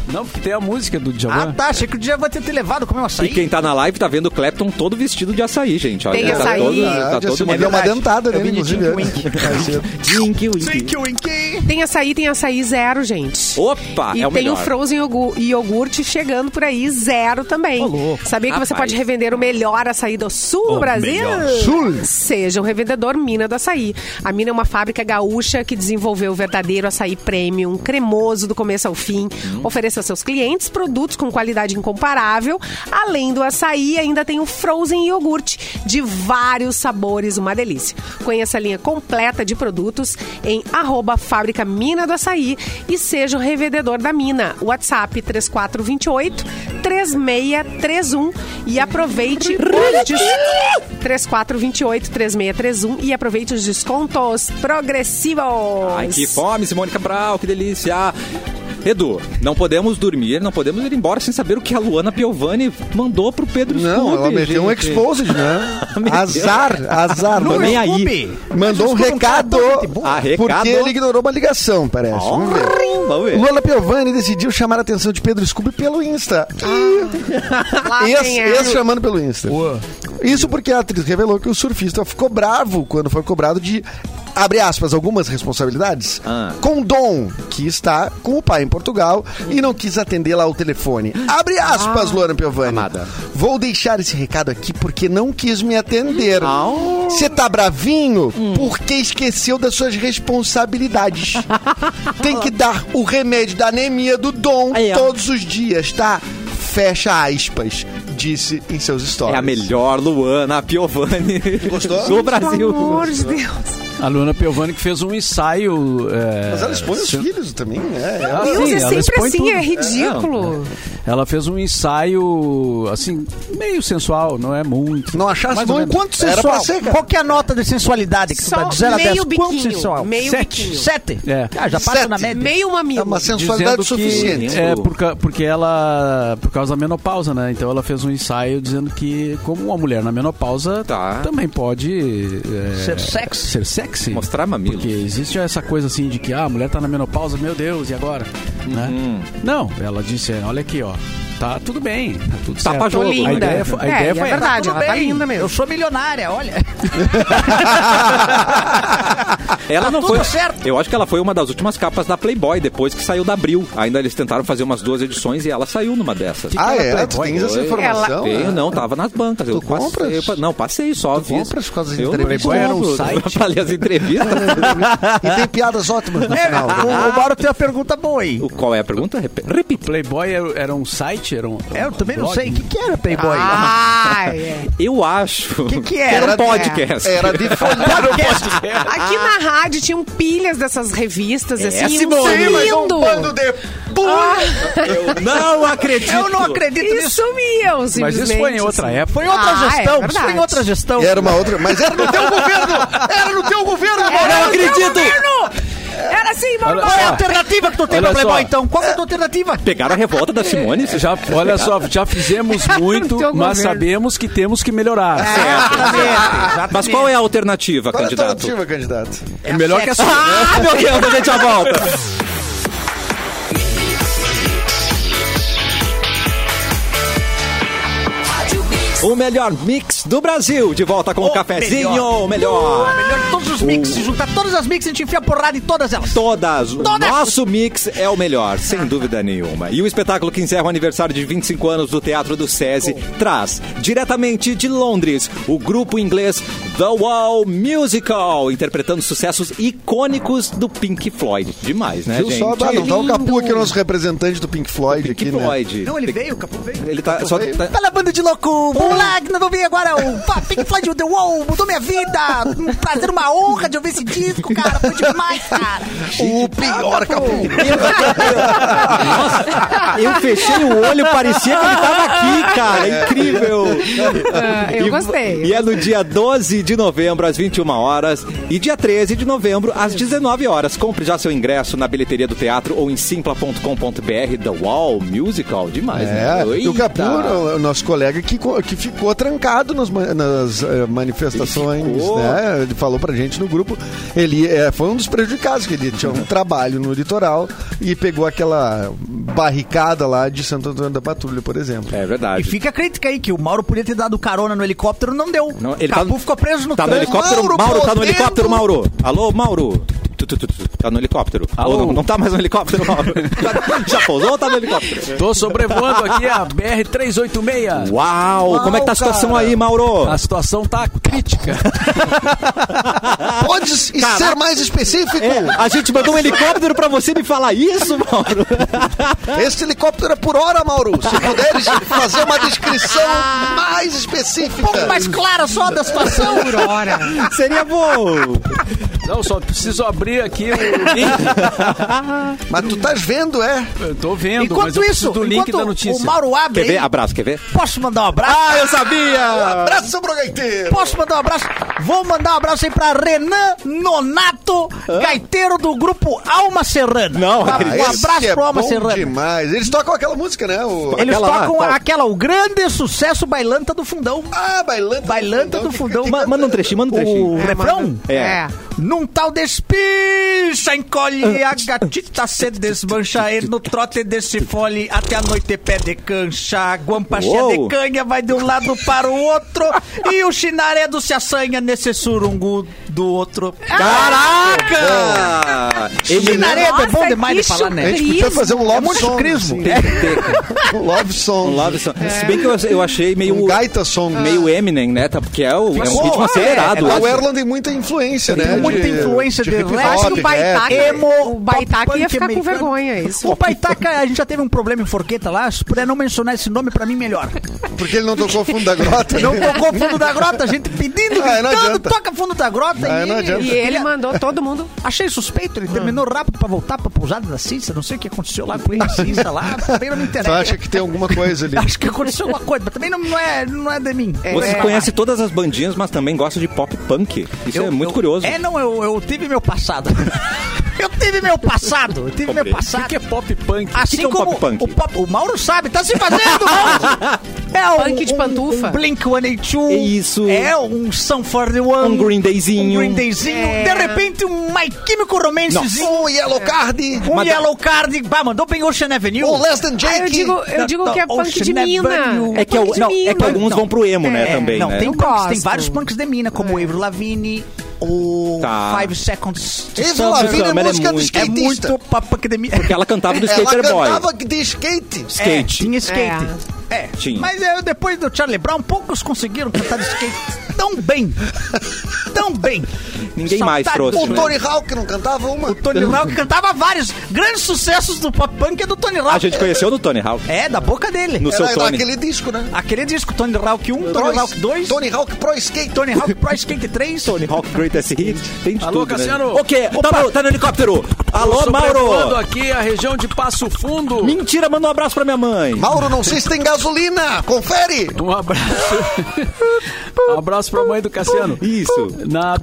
Não, porque tem a música do Djavan. Ah, tá. Achei que o Djavan tinha te levado a comer um açaí. E quem tá na live tá vendo o Clapton todo vestido de açaí, gente. Olha, Tem ele tá açaí. todo, Ah, tá já se todo mandou uma verdade. dentada Eu nele, vi de inclusive. é. Jink Wink. Mais cedo. Jinky Winky. Tem açaí, tem açaí zero, gente. Opa, E é o tem melhor. o Frozen yogu- iogurte chegando por aí, zero também. Sabia que você Rapaz. pode revender o melhor açaí do sul do Brasil? Sul. Seja um revendedor Mina do Açaí. A Mina é uma fábrica gaúcha que desenvolveu o verdadeiro açaí premium, cremoso do começo ao fim. Hum. Ofereça aos seus clientes produtos com qualidade incomparável. Além do açaí, ainda tem o Frozen iogurte de vários sabores, uma delícia. Conheça a linha completa de produtos em arroba fábrica Mina do Açaí e seja o revendedor da Mina. WhatsApp 3428 3631 e aproveite os des... 3428 3631 e aproveite os descontos progressivos. Ai, que fome, Simone Cabral, que delícia. Edu, não podemos dormir, não podemos ir embora sem saber o que a Luana Piovani mandou pro Pedro Não, ela Scooby, meteu um gente. exposed, *laughs* né? azar, azar. No é Mandou- YouTube. Mandou um Mas o Scooby é um cara recado, tão gente boa. Ah, recado. porque ele ignorou uma ligação, parece. Vamos ver. Vamos ver. Lola Piovani decidiu chamar a atenção de Pedro Scooby pelo Insta. Lá é. Esse é vem ela. chamando pelo Insta. Isso porque a atriz revelou que o surfista ficou bravo quando foi cobrado de, abre aspas, algumas responsabilidades, Ah. com Dom, que está com o pai em Portugal e não quis atender lá o telefone. Abre Ah. aspas, Luana Piovani. Amada. Vou deixar esse recado aqui porque não quis me atender. Você tá bravinho porque esqueceu das suas responsabilidades. Tem que dar o remédio da anemia do Dom Aí, ó. todos os dias, tá? Fecha aspas, disse em seus stories. É a melhor Luana Piovani Gostou? *laughs* do Pelo Brasil. amor de Deus. A Luana Piovani que fez um ensaio. é, Mas ela expõe os se- filhos também, né? Ah, Ela- Deus, sim, é ela sempre expõe assim, tudo. é ridículo. Ela fez um ensaio, assim, meio sensual, não é muito. Não achasse Mais ou bom menos. um enquanto Era sensual. pra ser, cara. Qual que é a nota de sensualidade que tu Só tá de 0 a 10? meio Quanto biquinho, sensual? meio Sete. biquinho. Sete? É. Ah, já passa Sete. na média. Meio um É mamilo. uma Dizendo sensualidade que- suficiente. É, por ca- porque ela. Por causa da menopausa, né? Então ela fez um ensaio dizendo que, como uma mulher na menopausa Tá. também pode. é, Ser sexy. Ser sexy. Mostrar mamilo. Porque existe essa coisa assim de que ah, a mulher tá na menopausa, meu Deus, e agora? Uhum. Né? Não, ela disse: é, olha aqui, ó. Tá tudo bem, tá tudo certo. pra jogo. né? Tô linda. A ideia, fo- a É, ideia e é foi essa. verdade, Tudo ela tá bem, linda mesmo. Eu sou milionária, olha. Ela Tá não tudo foi. certo. Eu acho que ela foi uma das últimas capas da Playboy, depois que saiu da Abril. Ainda eles tentaram fazer umas duas edições e ela saiu numa dessas. Ah, ela é? playboy, Tu tens essa Oi. informação? Tenho, né? não, tava nas bancas. eu Tu passei, compras? eu pa- não, passei só. Tu compras por causa das Eu não entrevistas? compro, Era um site? *laughs* Eu falei as entrevistas. E tem piadas ótimas É. no final. né? o, o Mauro tem uma pergunta boa aí. O- Qual é a pergunta? Rep- Repita. Playboy era, era um site? Era um, É, eu também não blog? sei. O que, que era Playboy? Ai, Ah. é. Eu acho. O que que era? era? um podcast. Era de Ah, Tá folha. Aqui na rádio tinham pilhas dessas revistas, assim, um É, Simone. Sim, mas é lindo. de... Eu não acredito. Eu não acredito E É nisso. sumiam, Mas isso foi em simplesmente, outra assim. época. Foi outra Ah, é gestão. isso foi verdade. em outra gestão. Era uma outra... Mas era no teu governo! Era no teu governo, Era é Mauro! o teu acredito. governo! Era assim, Mauro Olha Qual é a só. alternativa que tu tem Olha pra Playboy, só. então? Qual é a tua alternativa? Pegaram a revolta da Simone? É, Já, olha só, já *laughs* fizemos muito, Teu mas governo. sabemos que temos que melhorar. Ah, Mas qual é a alternativa, Qual é a tua candidato? alternativa, candidato? É melhor que a sua. Ah, meu Deus, a gente já volta. O melhor mix do Brasil. De volta com o, Um O cafezinho. melhor. O melhor. Melhor Uh. de todos os mix. Se juntar todas as mix, a gente enfia porrada em todas elas. Todas. O Todas. nosso mix é o melhor, sem dúvida nenhuma. E o espetáculo que encerra o aniversário de 25 anos do Teatro do SESI traz, diretamente de Londres, o grupo inglês The Wall Musical, interpretando sucessos icônicos do Pink Floyd. Demais, né, Viu gente? só? Ah, não tá o Capu aqui, o nosso representante do Pink Floyd Pink aqui, né? Floyd. Não, ele veio, o capô veio. Ele tá só... veio. tá- Fala, banda de louco! Vamos lá, que nós vamos ver agora o Pa- Pink Floyd The Wall. Mudou minha vida. Um prazer, uma honra de ouvir esse disco, cara. Foi demais, cara. O pior Capu. Eu fechei o olho, parecia que ele tava aqui, *laughs* cara. É. Incrível. Ah, eu E- gostei. E é no dia 12 de novembro, às 21 horas, e dia 13 de novembro, às 19 horas. Compre já seu ingresso na bilheteria do teatro ou em simpla.com.br. The Wall Musical. Demais, É, né? e o Eita. tá. Capu, o nosso colega que, co- que ficou trancado nas, ma- nas, eh, manifestações, Ele ficou. né? Ele falou pra gente no grupo. Ele eh, foi um dos prejudicados, que ele *laughs* tinha um trabalho no litoral e pegou aquela barricada lá de Santo Antônio da Patrulha, por exemplo. É E verdade. fica a crítica aí, que o Mauro podia ter dado carona no helicóptero, não deu. Não, ele tá Capu no- ficou preso no Tá no trânsito. helicóptero, Mauro, Mauro tá no Podedo. helicóptero, Mauro. Alô, Mauro. Tu, tu, tu, tu, Tá no helicóptero. Alô. Ou não, não tá mais no helicóptero, Mauro. *laughs* Tá- Já pousou ou tá no É. helicóptero? Tô sobrevoando aqui a BR-386. Uau, como é que tá a situação aí, Mauro? A situação tá crítica. Ah, Pode s- ser mais específico? É, a gente mandou um helicóptero pra você me falar isso, Mauro. Este helicóptero é por hora, Mauro. Se *laughs* puderes fazer uma descrição mais específica. Um pouco mais clara só da situação. Seria bom. Não, só preciso abrir aqui o link. Mas tu estás vendo, é? Eu tô vendo, mas eu Enquanto preciso isso, do link enquanto da notícia. o Mauro abre Quer ver? aí, Abraço, quer ver? posso mandar um abraço? Ah, eu sabia! Abraço, pro gaiteiro. Posso mandar um abraço? Vou mandar um abraço aí pra Renan Nonato, gaiteiro do grupo Alma Serrana. Não, um acredito. abraço é pro Alma bom Serrana. demais. Eles tocam aquela música, né? O... Eles Aquela lá, tocam tá. aquela, o grande sucesso Bailanta do Fundão. Ah, bailanta. Bailanta do Fundão. Ma- Manda um trechinho, manda um O trechinho. refrão? É. Num tal despicha, encolhe a gatita, se desmancha e no trote desse fole até a noite é pé de cancha. Guampa cheia Uou. de canha vai de um lado para *laughs* o outro e o chinaredo se assanha nesse surungu do outro. Ah! Caraca! Chinaredo é bom Nossa, demais de que falar, A né? gente podia fazer um love song. crismo. assim. Tem que ter, cara. Um love song. *laughs* Um love song. Se bem que eu, eu achei meio. Um gaita song. Meio Eminem, né? Tá, porque é, o, é um Porra, ritmo acelerado. é, O né? Erlon tem muita influência, né? muita de- influência de- hip Eu Eu acho acho hop, que o rap. Baitaca, emo, o Baitaca pop ia ficar com americano. vergonha, é isso. O Paitaca, a gente já teve um problema em Forqueta lá. Se puder não mencionar esse nome, pra mim, melhor. *laughs* Porque ele não tocou fundo da grota. né? Não tocou fundo da grota, a gente pedindo, Ah, não gritando, adianta. toca fundo da grota. Ah, e não adianta. E ele mandou todo mundo. Achei suspeito, ele terminou rápido pra voltar pra pousada da Cissa. Não sei o que aconteceu *laughs* lá com ele, Cissa lá. Também não me Tu interessa. acha que tem alguma coisa ali. né? Acho que aconteceu alguma coisa, mas também não, não é, não é de mim. Você É, conhece todas as bandinhas, mas também gosta de pop punk. Isso é eu- muito eu- curioso. É, não, eu, eu tive meu passado. *laughs* eu tive meu passado, eu tive meu O passado. que é pop punk? Assim que é um como pop punk? O, pop- o Mauro sabe, tá se *laughs* fazendo, Mauro. É um, Punk de pantufa. Um, um Blink 182. É isso. É um Sun 41. Um Green Dayzinho. Um Green Dayzinho. É. De repente, um My Chemical Romancezinho. Um Yellow Card. Um Mas- Yellow Card. Bah, mandou bem Ocean Avenue. Um Less Than Ah, eu Jake. digo, eu digo que é Não, punk de Ocean mina. Avenue. É que, al- Punk de não, é que mina. alguns vão pro emo, né? É, também, não, né? tem, Eu punks, gosto. É. tem vários punks de mina, como o Avril Lavigne, o Tá. Five Seconds to Avril Summer. Lavigne Summer é é música do muito- É skatista. muito pra punk de *laughs* mina. Porque ela cantava do Ela Skater Boy. cantava de skate. É, Skate. tinha skate. É. Tinha. Mas eu, depois do Charlie Brown, poucos conseguiram cantar de skate tão bem. Tão bem. Ninguém mais Saudade trouxe, do né? O Tony Hawk não cantava uma. Tony Hawk cantava vários grandes sucessos do pop punk é do Tony Hawk. A gente conheceu no Tony Hawk. É, da boca dele. No seu Era Tony. naquele disco, né? Aquele disco, Tony Hawk 1, Tony Hawk 2, Tony, Tony Hawk Pro Skate. Hawk Pro Skate 3. Tony Hawk Greatest Hits. Tem de Alô, tudo, Cassiano? né? O quê? Tá no, tá no helicóptero. Alô, Sobrevoando Mauro. aqui a região de Passo Fundo. Mentira, manda um abraço pra minha mãe. Mauro, não sei se tem gasolina. Confere. *laughs* Um abraço. um abraço pra mãe do Cassiano. Isso. Na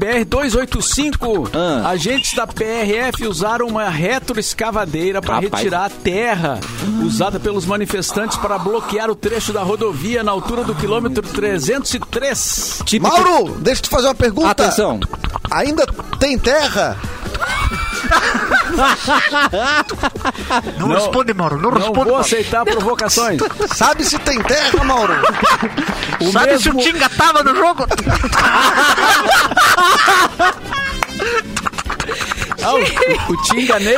BR-285, Ah. agentes da PRF usaram uma retroescavadeira para Rapaz. retirar a terra usada pelos manifestantes para bloquear o trecho da rodovia na altura do quilômetro 303. Típico- Mauro, deixa eu te fazer uma pergunta. Tipo Atenção. Ainda tem terra? Não, responde, Mauro. Não, responde, vou aceitar provocações. Sabe se tem terra, Mauro? O Sabe se o mesmo- Tinga tava no jogo? Ah, o- o Tinga Ney.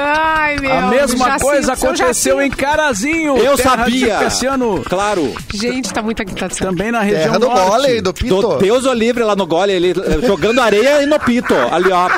Ai, meu. A mesma já coisa sinto, eu já aconteceu em sinto. Carazinho. Eu terra sabia. De Cassiano. Claro. Gente, tá muito aqui, tá Também na região Terra do norte. gole, do pito. Do Deus o livre lá no gole, ele eh, jogando areia e no pito. Ali, ó.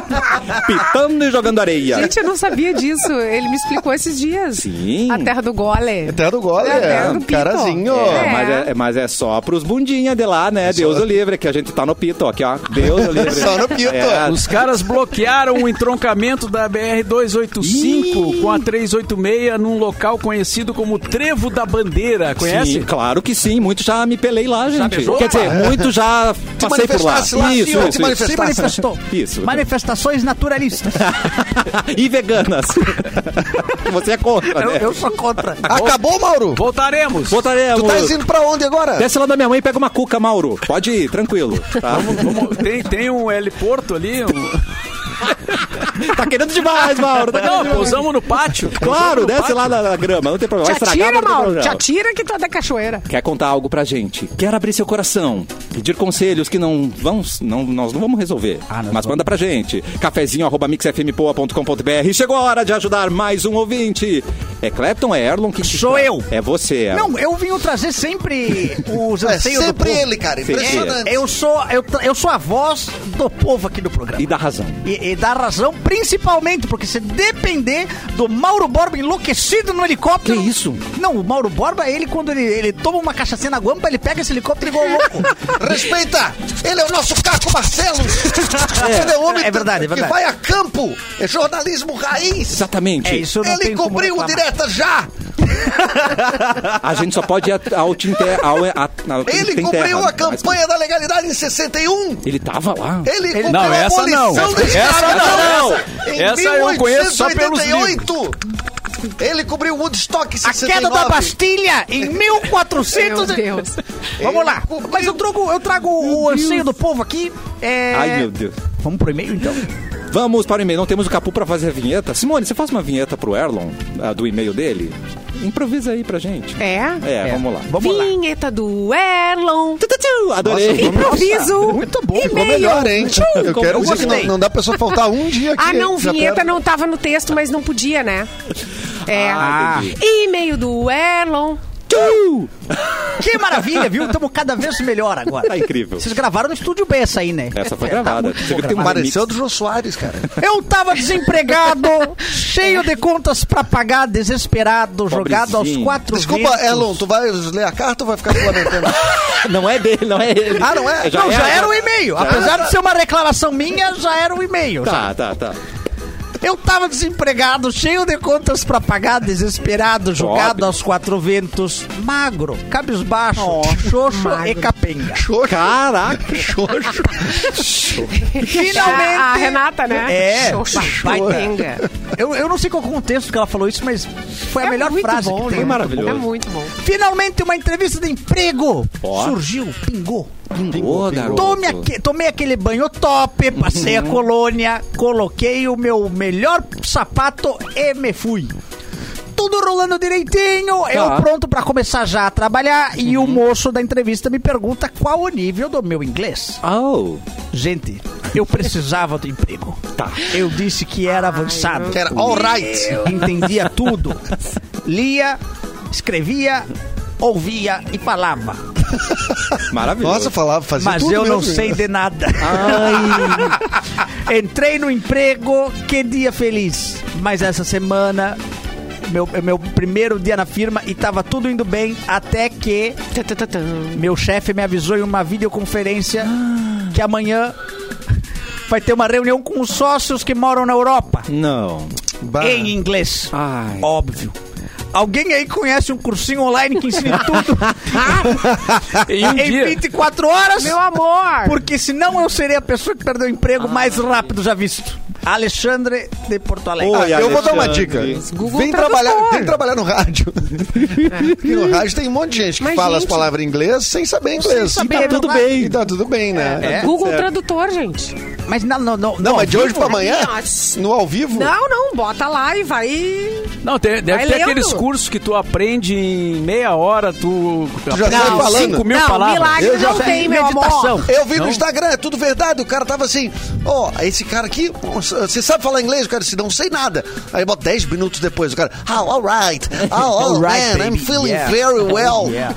Pitando e jogando areia. Gente, eu não sabia disso. Ele me explicou esses dias. Sim. A terra do gole. Terra do gole, É, é. terra do pito. Carazinho. É, É. Mas, é, mas é só pros bundinha de lá, né? Deus o livre, que a gente tá no pito, aqui, ó. Deus o livre. *laughs* É Só no pito. É, Os caras bloquearam o entroncamento da BR 385 com a 386 num local conhecido como Trevo da Bandeira. Conhece? Sim, claro que sim. Muito já me pelei lá, gente. beijou? Quer dizer, muito já passei por lá. manifestasse É. lá, isso, isso, senhor, se isso. Se Manifestação. manifestou. Isso. É. Manifestações naturalistas. *laughs* E veganas. Você é contra, Eu, né? eu sou contra. Acabou, Mauro? Voltaremos. Voltaremos. Tu tá indo pra onde agora? um- Desce lá da minha mãe e pega uma cuca, Mauro. Pode ir, tranquilo. Tá, Vamos- tem, tem um heliporto ali? um- *laughs* Tá querendo demais, Mauro. Tá querendo Não, demais. pousamos no pátio. *laughs* Pousamos Claro, no desce pátio. lá na, na grama, não tem problema. Te Vai estragar, atira, mas não tem Mauro. Te problema. atira que tu é da cachoeira. Quer contar algo pra gente? Quer abrir seu coração? Pedir conselhos que não vão, não, Ah, nós não vamos resolver. mas manda pra gente. Cafezinho arroba mixfmpoa.com.br. Chegou a hora de ajudar mais um ouvinte. É Clapton, é Erlon que te Sou tra- eu. É você. Erlon. Não, eu vim trazer sempre os É anseios do sempre povo. É, ele, cara. Sim. Impressionante. Eu sou, eu, t- eu sou a voz do povo aqui do programa. E dá razão. E, e dá razão, principalmente porque se depender do Mauro Borba enlouquecido no helicóptero. Que isso? Não, o Mauro Borba, ele quando ele, ele toma uma cachaçinha na guampa, ele pega esse helicóptero igual um louco. Respeita! Ele é o nosso Caco Marcelo! Ele é o homem é verdade, é que verdade. vai a campo! É jornalismo raiz! Exatamente. É isso, eu não Ele tenho como cobriu o reclamar. direta já! A gente só pode ir at- ao Tinter. Ao, a, ao Ele Tinterra, cobriu a mas- campanha É. da legalidade em 61! Ele tava lá. Ele cobriu não, a essa abolição não. da Essa escravidão não. em Essa eu conheço só pelos 1888. Ele cobriu Woodstock em A 69. queda da Bastilha *laughs* em 1400. Meu Deus. Vamos lá. Mas eu trago, eu trago o anseio do povo aqui. É... Ai, meu Deus. Vamos pro e-mail então? Vamos para o e-mail. Não temos o Capu para fazer a vinheta. Simone, você faz uma vinheta pro Erlon, ah, do e-mail dele? Improvisa aí pra gente. É? É, vamos lá. Vamos lá. Vinheta do Erlon. Tu, tu, tu, Adorei. Improviso. muito bom. E-mail. Ficou melhor, hein? Eu Ficou- quero eu dizer que não, gostei. não dá pra só faltar um dia *laughs* aqui. Ah, não, Já vinheta pera- não tava no texto, mas não podia, né? É. Ah, E-mail do Erlon. Tchau! Que maravilha, viu? Estamos cada vez melhor agora. Tá incrível. Vocês gravaram no estúdio B essa aí, né? Essa foi gravada. muito Você viu que tem um remix. Pareceu do Jô Soares, cara. Eu tava desempregado, cheio de contas pra pagar, desesperado, jogado aos Pobrezinho. quatro Desculpa, ventos. Elon, tu vai ler a carta ou vai *laughs* ficar se lamentando? Não é dele, não é ele. Ah, não é? Não, já era o já- e-mail. Apesar de ser uma reclamação minha, já era o e-mail. Tá, tá, tá. Eu tava desempregado, cheio de contas pra pagar, desesperado, jogado Pobre. aos quatro ventos, magro, cabisbaixo, xoxo e magro. capenga. Caraca. Finalmente... A, a Renata, né? É. Xoxa, vai tenga. Eu, eu não sei qual contexto que ela falou isso, mas foi a É melhor muito frase bom, que né? tem. maravilhoso. É muito bom. Finalmente uma entrevista de emprego Ó. surgiu, pingou. Ô, garoto. Tome aque- tomei aquele banho top, passei a Uhum. colônia, coloquei o meu melhor sapato e me fui. Tudo rolando direitinho, Tá. eu pronto pra começar já a trabalhar e Uhum. o moço da entrevista me pergunta qual o nível do meu inglês. Oh. Gente, eu precisava do emprego. Tá. Eu disse que era avançado. Que era all right. Entendia tudo. Lia, escrevia, ouvia e falava. Maravilhoso. Nossa, falava, fazia Mas tudo eu não mesmo. sei de nada. *laughs* Entrei no emprego, que dia feliz. Mas essa semana, meu, é meu primeiro dia na firma e tava tudo indo bem, até que Tatatatã. meu chefe me avisou em uma videoconferência Ah. que amanhã vai ter uma reunião com os sócios que moram na Europa. Não. Bah. Em inglês. Ai. Óbvio. Alguém aí conhece um cursinho online que ensina tudo Em um em dia. 24 horas? Meu amor. Porque senão eu serei a pessoa que perdeu o emprego mais rápido já visto. Alexandre de Porto Alegre. Oi, Ah, eu vou dar uma dica. Alexandre. Google Vem Tradutor. trabalhar, vem trabalhar no rádio. *laughs* Porque no rádio tem um monte de gente que Mas, fala as gente, palavras em inglês sem saber inglês. saber, e tá não tudo vai. bem. E tá tudo bem, né? Google Tradutor, gente. Mas não, não, não. Não, não, mas de hoje pra amanhã, Nossa. no ao vivo, Não, não, bota lá e vai. Não, tem- deve Vai ter lendo. aqueles cursos que tu aprende em meia hora, tu. Tu já sai falando. 5 mil não, palavras. milagre Eu já não sei. tem, meu Meditação. amor. eu vi no Instagram, é tudo verdade. O cara tava assim, ó, esse cara aqui, você sabe falar inglês? O cara disse, não sei nada. Aí bota 10 minutos depois, o cara, oh, alright, *laughs* oh, oh Alright, man, I'm baby, feeling yeah." very well. Yeah.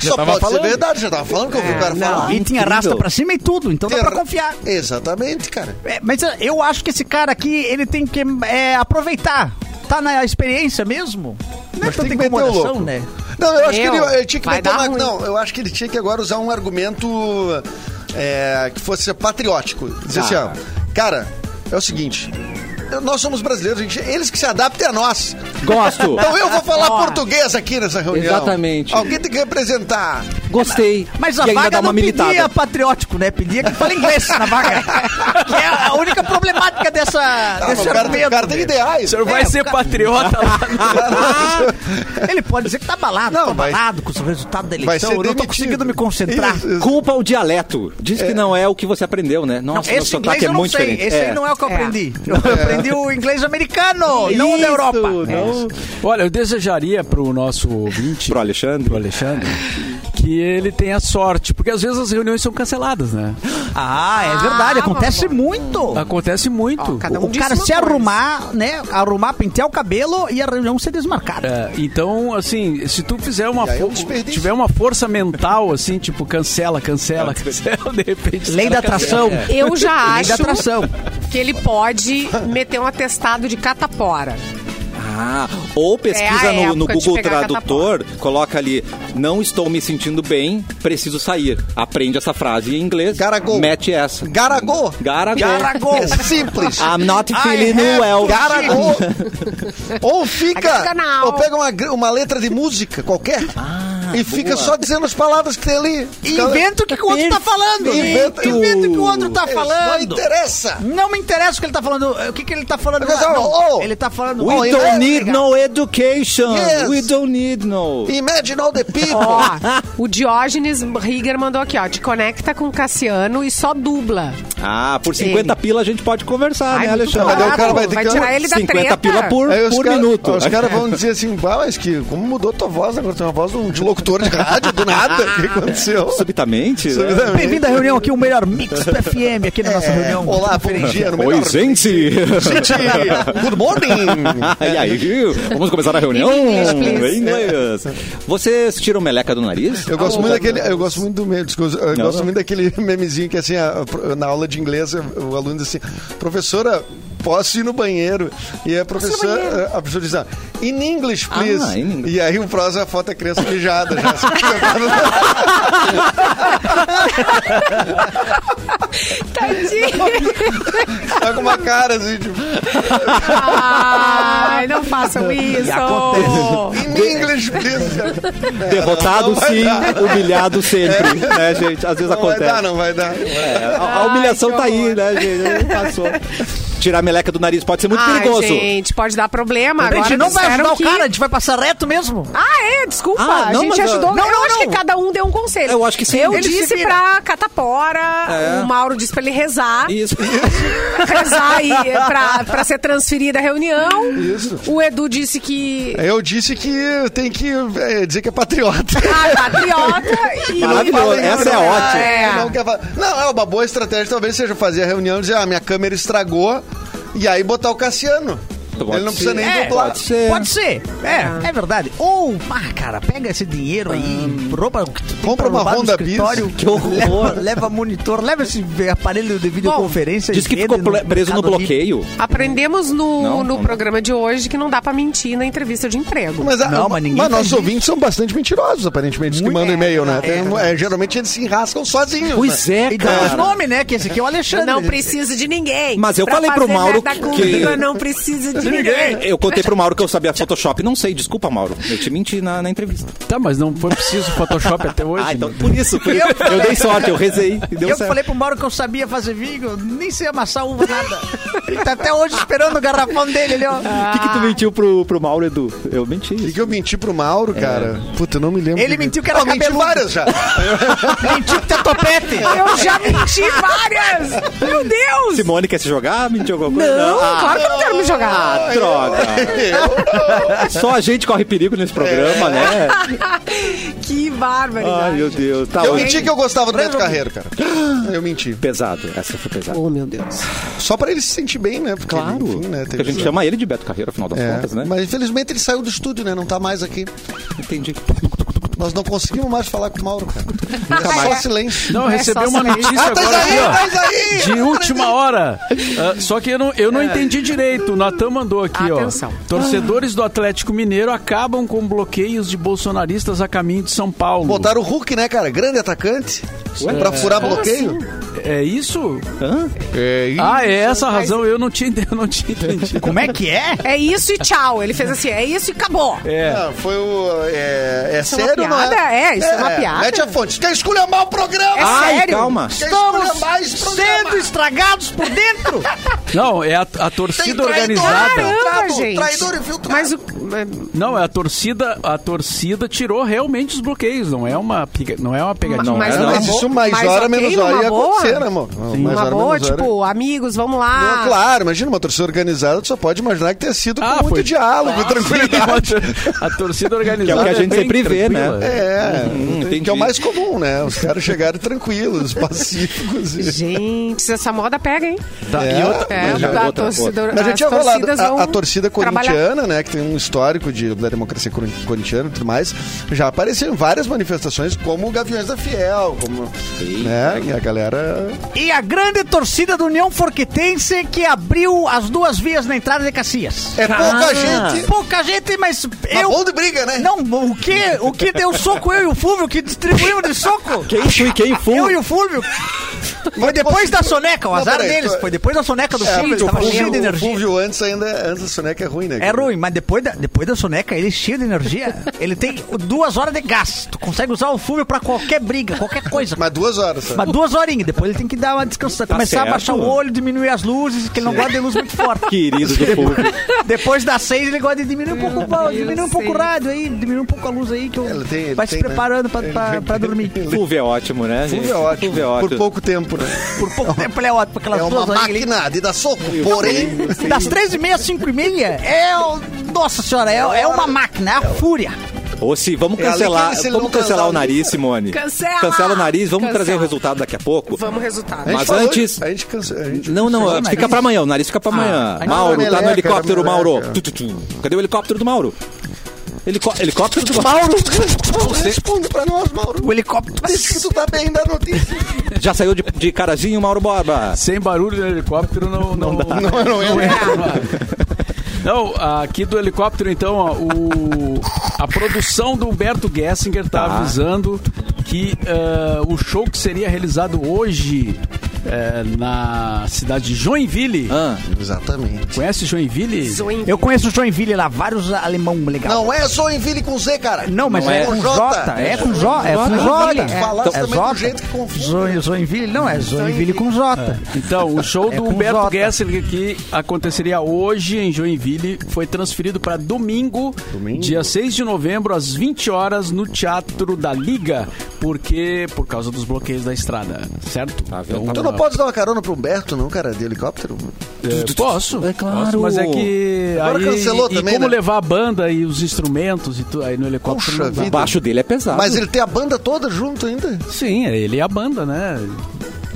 Só tava pode falando. ser verdade, já tava falando que eu vi É, o cara falar. E tinha rasta pra cima e tudo, então dá pra confiar. Exatamente, cara. É, mas eh, eu acho que esse cara aqui, ele tem que eh, aproveitar. Tá na experiência mesmo? Não é tanta meter o incomodação, louco. né? Não, eu acho Meu, que ele eu tinha que É, vai meter dar uma, ruim. Não, eu acho que ele tinha que agora usar um argumento Tá. é, que fosse patriótico. Dizer assim, ó, cara, é o seguinte. nós somos brasileiros, gente, eles que se adaptem a nós. Gosto. Então eu vou *laughs* falar português aqui nessa reunião. Exatamente. Alguém tem que representar. Gostei. Mas a E ainda vaga dá não uma pedia militada. patriótico, né? Pedia que fala inglês *laughs* na vaga. que é a única problemática dessa, Tá, Ah, mas desse o, cara, tem- o argumento. cara tem ideais. senhor vai É, ser o cara- patriota lá. *laughs* *laughs* Ele pode dizer que tá abalado, Não, tá vai- abalado com os resultados da eleição. Então, Eu não tô demitido. conseguindo me concentrar. Isso, isso. Culpa o dialeto. Diz que não é o que você aprendeu, né? Não, Nossa, esse meu sotaque inglês é eu não muito sei. diferente. Esse aí não é o que eu É. aprendi. Eu aprendi o inglês americano, não o Isso, da Europa. É. não. Olha, eu desejaria pro nosso *laughs* ouvinte, Pro Alexandre. pro Alexandre, que ele tenha sorte, porque às vezes as reuniões são canceladas, né? Ah, é verdade. Ah, Acontece mamãe. muito. Acontece muito. Ó, Ah, cada um O disse cara uma se coisa. arrumar, né? Arrumar, pentear o cabelo e a reunião ser desmarcada. É, então, assim, se tu fizer uma E aí é um fo- desperdício. É um tiver uma força mental, assim, tipo, cancela, cancela, cancela, de repente. Lei *laughs* da atração. Eu já é Lei da acho atração. que ele pode meter um atestado de catapora. Ah, ou pesquisa É a no- no, época de Google pegar Tradutor, coloca ali, não estou me sentindo bem, preciso sair. Aprende essa frase em inglês, Garagol. mete essa. Garagô. Garagol. Garagol. É simples. Ah, I'm not I feeling have well. Garagol. ou I fica, gotta now. ou pega uma, gr- uma letra de música qualquer e fica boa. só dizendo as palavras que tem ali. Inventa o que, que o outro tá falando. Inventa. Inventa o que o outro tá Isso falando. Não interessa. Não me interessa o que ele tá falando. O que, que ele tá falando? Mas, ó, Não, ó, ele tá falando. We Ó, ele- don't need no education. Yes. We don't need no. Imagine all the people. Ó, o Diógenes Rieger mandou aqui, ó. Te conecta com Cassiano e só dubla. Ah, por 50 pila a gente pode conversar, Ai, né, muito Alexandre? Mas daí o cara vai ter que- tirar ele da 50 treta. pila por, Aí os por cara- minuto. Os caras vão dizer assim, bah, mas que, como mudou tua voz? Agora tem uma voz de um- de locutor de rádio, do nada. O que aconteceu? Subitamente? é né? Bem-vindo à reunião aqui, o melhor mix do FM aqui na nossa reunião. Olá, bom dia. No Oi, melhor- gente! *laughs* Gente, Good morning. e aí, viu? Vamos começar a reunião? Inglês, please. Em inglês. Vocês tiram meleca do nariz? Eu gosto muito daquele, eu gosto muito do meme, desculpa, eu Não, gosto não. muito daquele *laughs* memezinho que assim, a- a- na aula de inglês, o aluno diz assim, professora, posso ir no banheiro? E a professora, a professora diz, ah, in English, please. Ah, in English. E aí o próximo, a foto é criança mijada já. assim, *laughs* tentando- Tadinho. tá com uma cara assim, tipo, Ai, não façam isso. in English, please. Derrotado Não vai sim, dar. humilhado sempre, né, gente? Às vezes Não vai acontece. dar, não vai dar. É, a, a humilhação que tá aí, horror. né, gente? Passou. Tirar a meleca do nariz pode ser muito Ai, É perigoso. gente, pode dar problema. A Agora gente não vai disseram ajudar que... o cara, a gente vai passar reto mesmo. Ah, é, desculpa. Ah, não, a gente mas, ajudou. ah, Não, não, eu não, acho não. que cada um deu um conselho. Eu acho que sim. Eu Ele se disse vira. pra Catapora, É. o Mauro disse pra ele rezar. Isso. Rezar e, eh, pra, pra ser transferida a reunião. Isso. O Edu disse que. Eu disse que tem que é, dizer que é patriota. *laughs* Ah, patriota e. Maravilhoso. Fala Essa é isso, ótima. né? Não, É. quer falar. Não, é uma boa estratégia, talvez seja fazer a reunião e dizer, ah, minha câmera estragou, e aí botar o Cassiano. Pode Ele não precisa ser. nem É, dublar. Pode ser. Pode ser. É, é verdade. Ou, ah, cara, pega esse dinheiro aí, rouba o que tu tem Compra pra uma roubar no Honda Biz. escritório. Que horror. Leva, *laughs* leva monitor, leva esse aparelho de videoconferência. Diz e que vende ficou ple- preso no Mercado Livre. bloqueio. Aprendemos no, Não, no não. programa de hoje que não dá pra mentir na entrevista de emprego. Mas, a- Não, mas ninguém faz nossos isso. ouvintes são bastante mentirosos, aparentemente, os que Muito- mandam é, e-mail, né? é, Tem- é, geralmente eles se enrascam sozinhos. Pois né? é, E dá os cara. nomes, né? Que esse aqui é o Alexandre. não preciso de ninguém. Mas eu Pra falei pro fazer Mauro merda que- comigo, eu não preciso de ninguém. Eu contei pro Mauro que eu sabia Photoshop. Não sei, desculpa, Mauro. Eu te menti na, na entrevista. Tá, mas não foi preciso Photoshop até hoje. Ah, então né? por isso. Por isso. Eu dei sorte, eu rezei e deu eu certo. falei pro Mauro que eu sabia fazer vinho, nem sei amassar uva, nada. Ele tá até hoje esperando o garrafão dele ali, ó. O que, que Ah. tu mentiu pro, pro Mauro, Edu? Eu menti. é. E que eu menti pro Mauro, cara. Puta, eu não me lembro. Ele de- mentiu que era Ó, menti cabeludo. várias *laughs* já. Mentiu que tá topete. Eu já menti várias! Meu Deus! Simone quer se jogar? Mentiu alguma coisa? Não, Tipo, Ah, claro que eu não quero me jogar. Ah, *laughs* droga! Só a gente corre perigo nesse É. *laughs* programa, né? Que Ai, barbaridade. meu Deus. Tá Eu hoje menti que eu gostava do Beto Carreiro, cara. Eu menti. pesado. Essa foi pesada. Oh, meu Deus. Só pra ele se sentir bem, né? Porque, Claro. Enfim, né? Porque a gente chama ele de Beto Carreiro, afinal das É, contas, né? Mas infelizmente ele saiu do estúdio, né? Não tá mais aqui. Entendi. Nós Nós não conseguimos mais falar com o Mauro, cara. É só silêncio. Não, eu É recebi só uma saber. notícia Ah, tá agora aí, aqui, ó. tá aí. De última hora. Ah, só que eu não, eu não entendi direito. O Natan mandou aqui, Atenção. ó. Torcedores do Atlético Mineiro acabam com bloqueios de bolsonaristas a caminho de São Paulo. Botaram o Hulk, né, cara? Grande atacante. pra furar bloqueio. É isso? É, e- Ah, é essa a razão. Eu não tinha, *laughs* eu não tinha entendido. Como é que é? É isso e tchau. Ele fez assim, é isso e acabou. É. Ah, foi o. É, é é uma sério, não piada? é? É, isso é uma piada? Mete a fonte. Quer esculhambar o programa? É Ai, sério? calma. Quer Estamos esculhambar esse programa? sendo estragados por dentro. Não, é a, a Tem torcida traidor tá. organizada. Caramba, infiltrado, gente. traidor infiltrado. Mas o... Não, é a torcida, a torcida tirou realmente os bloqueio. Não é uma, pica- não é uma pegadinha. Mas é, numa Mas boa- isso mais mas hora, ok, menos hora numa ia boa? acontecer, né, amor? Mais Uma hora, boa, menos hora. tipo, ah. amigos, vamos Não, lá. claro, imagina uma torcida organizada, tu só pode imaginar que tenha sido Ah, com muito foi- diálogo, tranquilidade. *laughs* A torcida organizada. Que é o que a gente bem sempre vê, né? tranquila. É, que entendi. é o mais comum, né? Os caras chegaram tranquilos, *laughs* pacíficos. e- Gente, se essa moda pega, hein? Tá, É. e outra- É, Mas já- da outra- torcedor- Mas a gente as tinha falado, torcidas vão a, a torcida trabalhar. corintiana, né, que tem um histórico de, da democracia corin- corintiana e tudo mais, já apareceram várias manifestações, como o Gaviões da Fiel, como. É. né, e a galera. E a grande torcida do União Forquetense que abriu as duas vias na entrada de Cacias. É pouca gente. Pouca gente, mas Eu... eu... Bom de briga, né? Não, o que, o que deu soco eu e o Fúvio, que distribuímos de soco? Quem tu e quem fui? Eu e o Fúvio. Mas Foi depois você- da soneca, o Não, azar peraí, deles. tu- Foi depois da soneca do É, Fúvio, mas o tava cheio de Fulvio, o energia. Fulvio antes ainda, antes da soneca é ruim, né? É ruim, mas depois da, depois da soneca, ele é cheio de energia. Ele tem duas horas de gás. Tu consegue usar o Fúvio pra qualquer briga, qualquer coisa. Mas uh. Tá duas horas, sabe? Mas duas horinhas, depois ele tem que dar uma descansada. começar certo. a baixar o olho, diminuir as luzes, que ele não gosta de luz muito forte. Querido *laughs* do povo. Depois das seis ele gosta de diminuir um pouco o pau, diminuir um pouco o Deus. rádio aí, diminuir um pouco a luz aí, que eu Ele tem- ele vai se tem, né? preparando pra, Ele pra- tem- pra dormir. Fulvio é ótimo, né? gente? Fulvio é ótimo, Fulvio é ótimo. Por pouco tempo, né? Por pouco tempo ele é ótimo, aquelas É uma duas horas. que ele- máquina de dar soco, porém... Das três e meia às cinco e meia, é. o- Nossa senhora, é, é uma máquina, é a fúria. Ou se vamos É, além cancelar, que se ele não vamos cancelar cansar, o nariz, Simone. Cancela! Cancela o nariz, vamos Cancela. trazer o resultado daqui a pouco. Vamos A resultado. gente Mas falou- antes- A gente cansa... a gente- Não, não, nariz. é fica pra amanhã, o nariz fica pra amanhã. aí Mauro, Ah, não, é tá no meleca, helicóptero, meleca. Mauro. Tu, tu, tu. Cadê o helicóptero do Mauro? Helico- helicóptero *laughs* do Mauro? Mauro, responde pra nós, Mauro. O helicóptero. Diz que tu tá bem da *laughs* notícia. Já saiu de, de carazinho, Mauro Borba. Sem barulho do helicóptero não, não, não dá. Não, não é. Não, aqui do helicóptero, então, ó, o, a produção do Humberto Gessinger tá avisando que eh, o show que seria realizado hoje eh, na cidade de Joinville. Ah, Exatamente. Conhece Joinville? Eu conheço o Joinville lá, vários alemão legal. Não é só Joinville com Z, cara. Não, mas Não é, é. com Com J. J, é com J, é com Joinville, J. tu falaste É também do J. jeito que confunde. Zo- Joinville, não, é Joinville com J. Então, o show É do com Humberto Jota. Gessinger que aconteceria hoje em Joinville foi transferido para domingo, dia 6 de novembro, às 20 horas, no Teatro da Liga, porque por causa dos bloqueios da estrada, certo? Tá Então, Tu não pode dar uma carona pro Humberto, não, cara, de helicóptero? é, posso? É claro. Posso, mas é que Agora aí, cancelou e também, como né? levar a banda e os instrumentos e tudo aí no helicóptero. Puxa não dá. vida. baixo dele é pesado. Mas ele tem a banda toda junto ainda? Sim, é ele e a banda, né?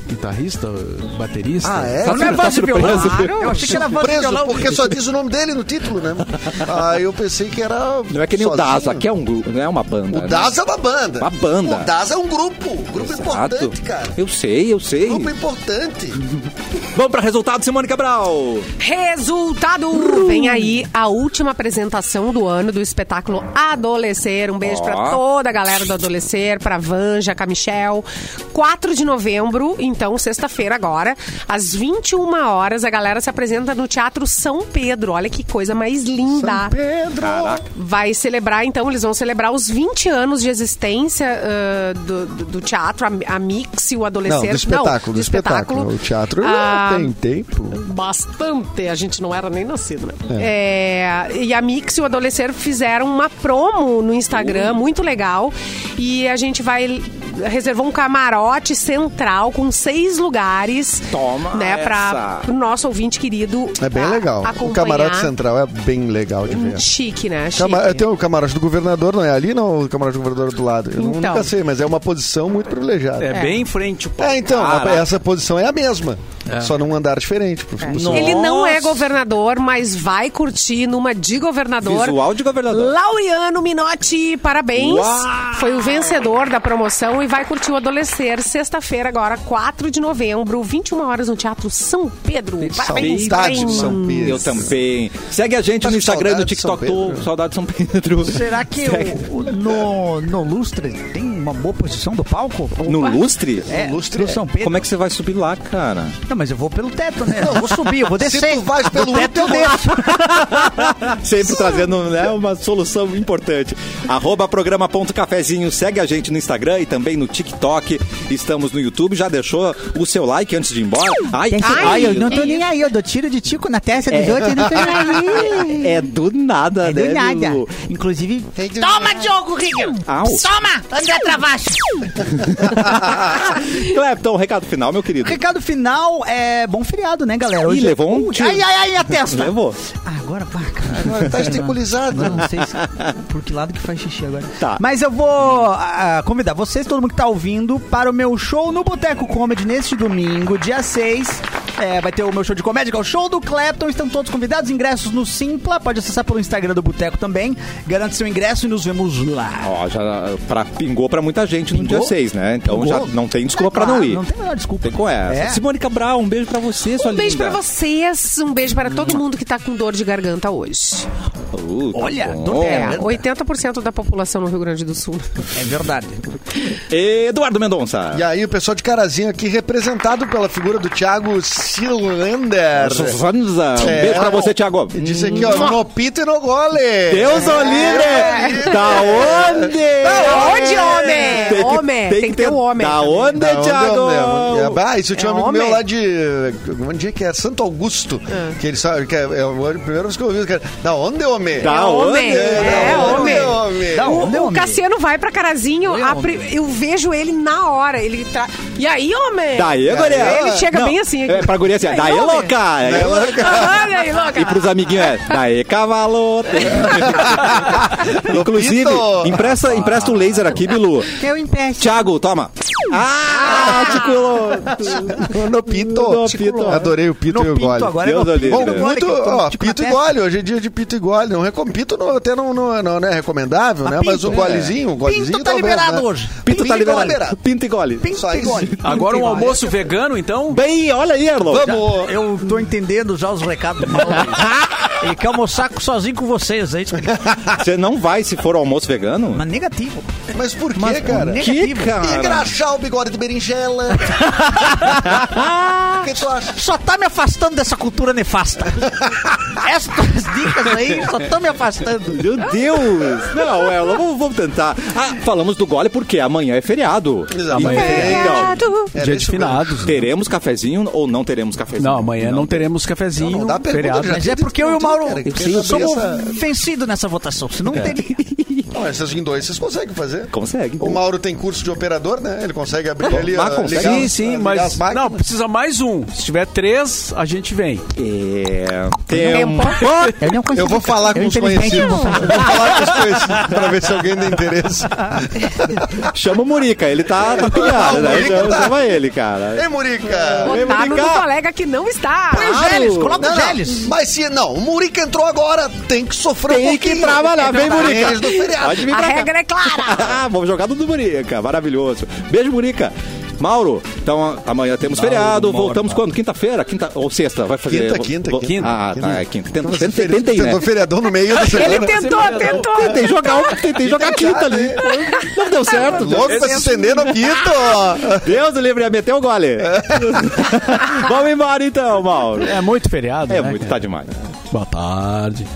Guitarrista, baterista. Ah, é? Tá Não é sur- tá voz de violão? Ah, surpreso? Eu achei que era voz de Preso, violão. porque só diz o nome dele no título, né? Aí eu pensei que era. Não é que nem o sozinho. Daza, que é um grupo, não é uma banda. O né? Daza é uma banda. Uma banda. O Daza é um grupo. Grupo Exato. importante, cara. Eu sei, eu sei. Grupo importante. Vamos pra resultado, Simone Cabral. Resultado! Vem aí a última apresentação do ano do espetáculo Adolecer. Um beijo pra toda a galera do Adolecer, pra Vanja, com a Michel. 4 de novembro, então sexta-feira agora, às 21 horas, a galera se apresenta no Teatro São Pedro. Olha que coisa mais Tá. linda. Pedro. vai celebrar, então, eles vão celebrar os 20 anos de existência ah, do, do- do teatro, a, a Mix e o Não, Adolescente. do espetáculo, do espetáculo. O teatro Ah, tem tempo. Bastante, a gente não era nem nascido, né? É, e a Mix e o Adolescer fizeram uma promo no Instagram, Uhum. muito legal. E a gente vai. Reservou um camarote central com seis lugares. Toma né, Para essa. o nosso ouvinte querido. É bem a- legal. O acompanhar. camarote central é bem legal de ver. Chique, né? Chique. Cama- eh, Tem o camarote do governador, não é ali? Não, o camarote do governador é do lado. Eu Então. nunca sei, mas é uma posição muito privilegiada. É bem em frente o É, então, Caraca. essa posição é a mesma. Só num andar diferente. Pro pro Nossa. Ele não é governador, mas vai curtir numa de governador. Visual de governador. Laureano Minotti, parabéns. Foi o vencedor da promoção e vai curtir o Adolecer sexta-feira, agora 4 de novembro, 21 horas no Teatro São Pedro. Parabéns, Saudade de Breno. Hum, São Pedro. Eu também. Segue a gente Tá no com Instagram, no saudade de TikTok. São Pedro? Tô- Saudade de São Pedro. Será que o, o- no, no lustre tem uma boa posição do palco? No Opa. lustre? É, No lustre? do São Pedro. Como é que você vai subir lá, cara? Não, mas eu vou pelo teto, né? Não, eu vou subir, eu vou Se descer. tu vais Ah, Do pelo teto eu útero, desço. *laughs* Sempre trazendo né, uma solução importante. Arroba programa.cafezinho, segue a gente no Instagram e também no TikTok. Estamos no YouTube, já deixou o seu like antes de ir embora? Ai, Tem que- ai, Ai, eu não tô nem aí, eu dou tiro de tico na testa dos outros, eu não tô nem aí. *laughs* É do nada, É né? do nada. Lu? Inclusive, Toma, Diogo Riga! Au. Toma, André Travasco! *laughs* Clepton, recado final, meu querido. Recado final é bom feriado, né, galera? Ih, Hoje é- levou um tiro. Ai, ai, ai, a testa. Levou. Ah, agora, pá, cara. Tá gesticulizado. Não, não sei se, por que lado que faz xixi agora. Tá. Mas eu vou ah, convidar vocês, todo mundo que tá ouvindo, para o meu show no Boteco Comedy neste domingo, dia 6. É, vai ter o meu show de comédia, que é o show do Clapton. Estão todos convidados, ingressos no Simpla. Pode acessar pelo Instagram do Boteco também. Garante seu ingresso e nos vemos lá. Ó, já pra, pingou pra muita gente no Pingou? dia 6, né? Então já não tem desculpa pra não É Tá Claro, ir. Não tem a menor desculpa. Tem com essa. É. Simone Cabral, um beijo pra você, sua Um beijo linda. pra vocês, um beijo para todo mundo que tá com dor de garganta hoje. Uh, tá Olha, bom. do É, Garganta. 80% da população no Rio Grande do Sul. É verdade. Eduardo Mendonça. E aí, o pessoal de Carazinho aqui, representado pela figura do Thiago Silander. Suzanza, um É. beijo pra você, Thiago. Disse aqui, ó, no pito e no gole. Deus o livre! Da onde? É. Da onde, homem? Homem, tem que ter o homem Da também. onde, Da onde eu lembro. Thiago? É, ah, isso tinha um É amigo meu homem. lá de. Onde é que é? Santo Augusto. Que ele sabe. Que é, é a primeira vez que eu ouvi. Que é, da onde, homem? Da homem. onde? É, da onde, homem. homem? Da onde, O, o homem? Cassiano vai pra Carazinho, a pri- eu vejo ele na hora. Ele tra... E aí, homem? Daí, guria? Ele chega Não, bem assim aqui. É, pra guria assim, ó, Daí, daí, homem? *laughs* louca! É, Olha aí, louca. E pros amiguinhos é, daí *laughs* cavalote. Inclusive, Lupito. empresta, empresta o laser aqui, Bilu. Eu empresto. Thiago, toma. Ah, articulou. No pito. No pito. Adorei o pito No e o pinto gole. agora Deus é no o livre. pinto. Bom, Agora muito, que eu tô, ó, tipo, na pito e testa. gole. Hoje é dia de pito e gole. Não recom, pito não, até não, não, não é recomendável, né? Mas o pinto, golezinho, o golezinho Pinto tá talvez, liberado né? hoje. Pinto tá e liberado. gole. Pinto e gole. Só isso. Agora um almoço vegano, então? Bem, olha aí, Erlon. Vamos. Eu tô entendendo já os recados do Maurício. Ele quer almoçar com- sozinho com vocês, é isso que ele- Você não vai se for almoço vegano? Mas negativo. Mas por que, cara? ne- Que, negativo. cara? Engraxar o bigode de berinjela. O que tu acha? Só tá me afastando dessa cultura nefasta. Essas dicas aí só estão me afastando. Meu Deus! Não, é, Erlon, vamos, vamos tentar. Ah, falamos do gole porque amanhã é feriado. Amanhã é Então, Obrigado. Era Dia de isso mesmo. finados. né? teremos cafezinho ou não teremos cafezinho? Não, amanhã não, teremos cafezinho. Não dá pergunta, feriado. já Mas tem é porque eu e o Mauro cara, que somos essa- vencidos nessa votação, senão não teria. Não, essas em dois vocês conseguem fazer. Consegue. O Mauro tem curso de operador, né? Ele consegue abrir ali. Mas ah, consegue. ligar- Sim, sim, ligar as mas. máquinas. Não, precisa mais um. Se tiver três, a gente vem. É... Tempo. Eu não consigo. Eu vou falar um com eu, os infelizmente, conhecidos. não vou falar. Vou falar *laughs* com os conhecidos pra ver se alguém tem interesse. Chama o Murica, ele *laughs* tá, tá pilhado, né? Murica Chama, chama ele, cara. *laughs* *laughs* Ei, Murica! Botaram no brincar. colega que não está. Claro. Geles, coloca Não, o não, Geles. Mas se não, o Murica entrou agora, tem que sofrer um Tem que pouquinho. trabalhar, vem, Murica. Desde o feriado. Pode vir A pra cá. regra é *laughs* clara. Ah, vamos jogar do Murica, maravilhoso. Beijo, Murica. Mauro, então amanhã temos feriado, Mauro, voltamos Mauro. quando? Quinta-feira? Quinta ou sexta? Vai fazer. Quinta, vo- quinta, vo- quinta. Ah, tá, é quinta. Tenta, tenta, Feri- tentei, né? Tentou feriador no meio da semana. Ele tentou, tentou. Tentei jogar, tentei jogar quinta ali. Não deu certo. Logo pra se estender no quinto. Deus o livre, ia meter o gole. *laughs* vamos embora então, Mauro. *laughs* É muito feriado. É né, muito, cara? tá demais. Boa tarde.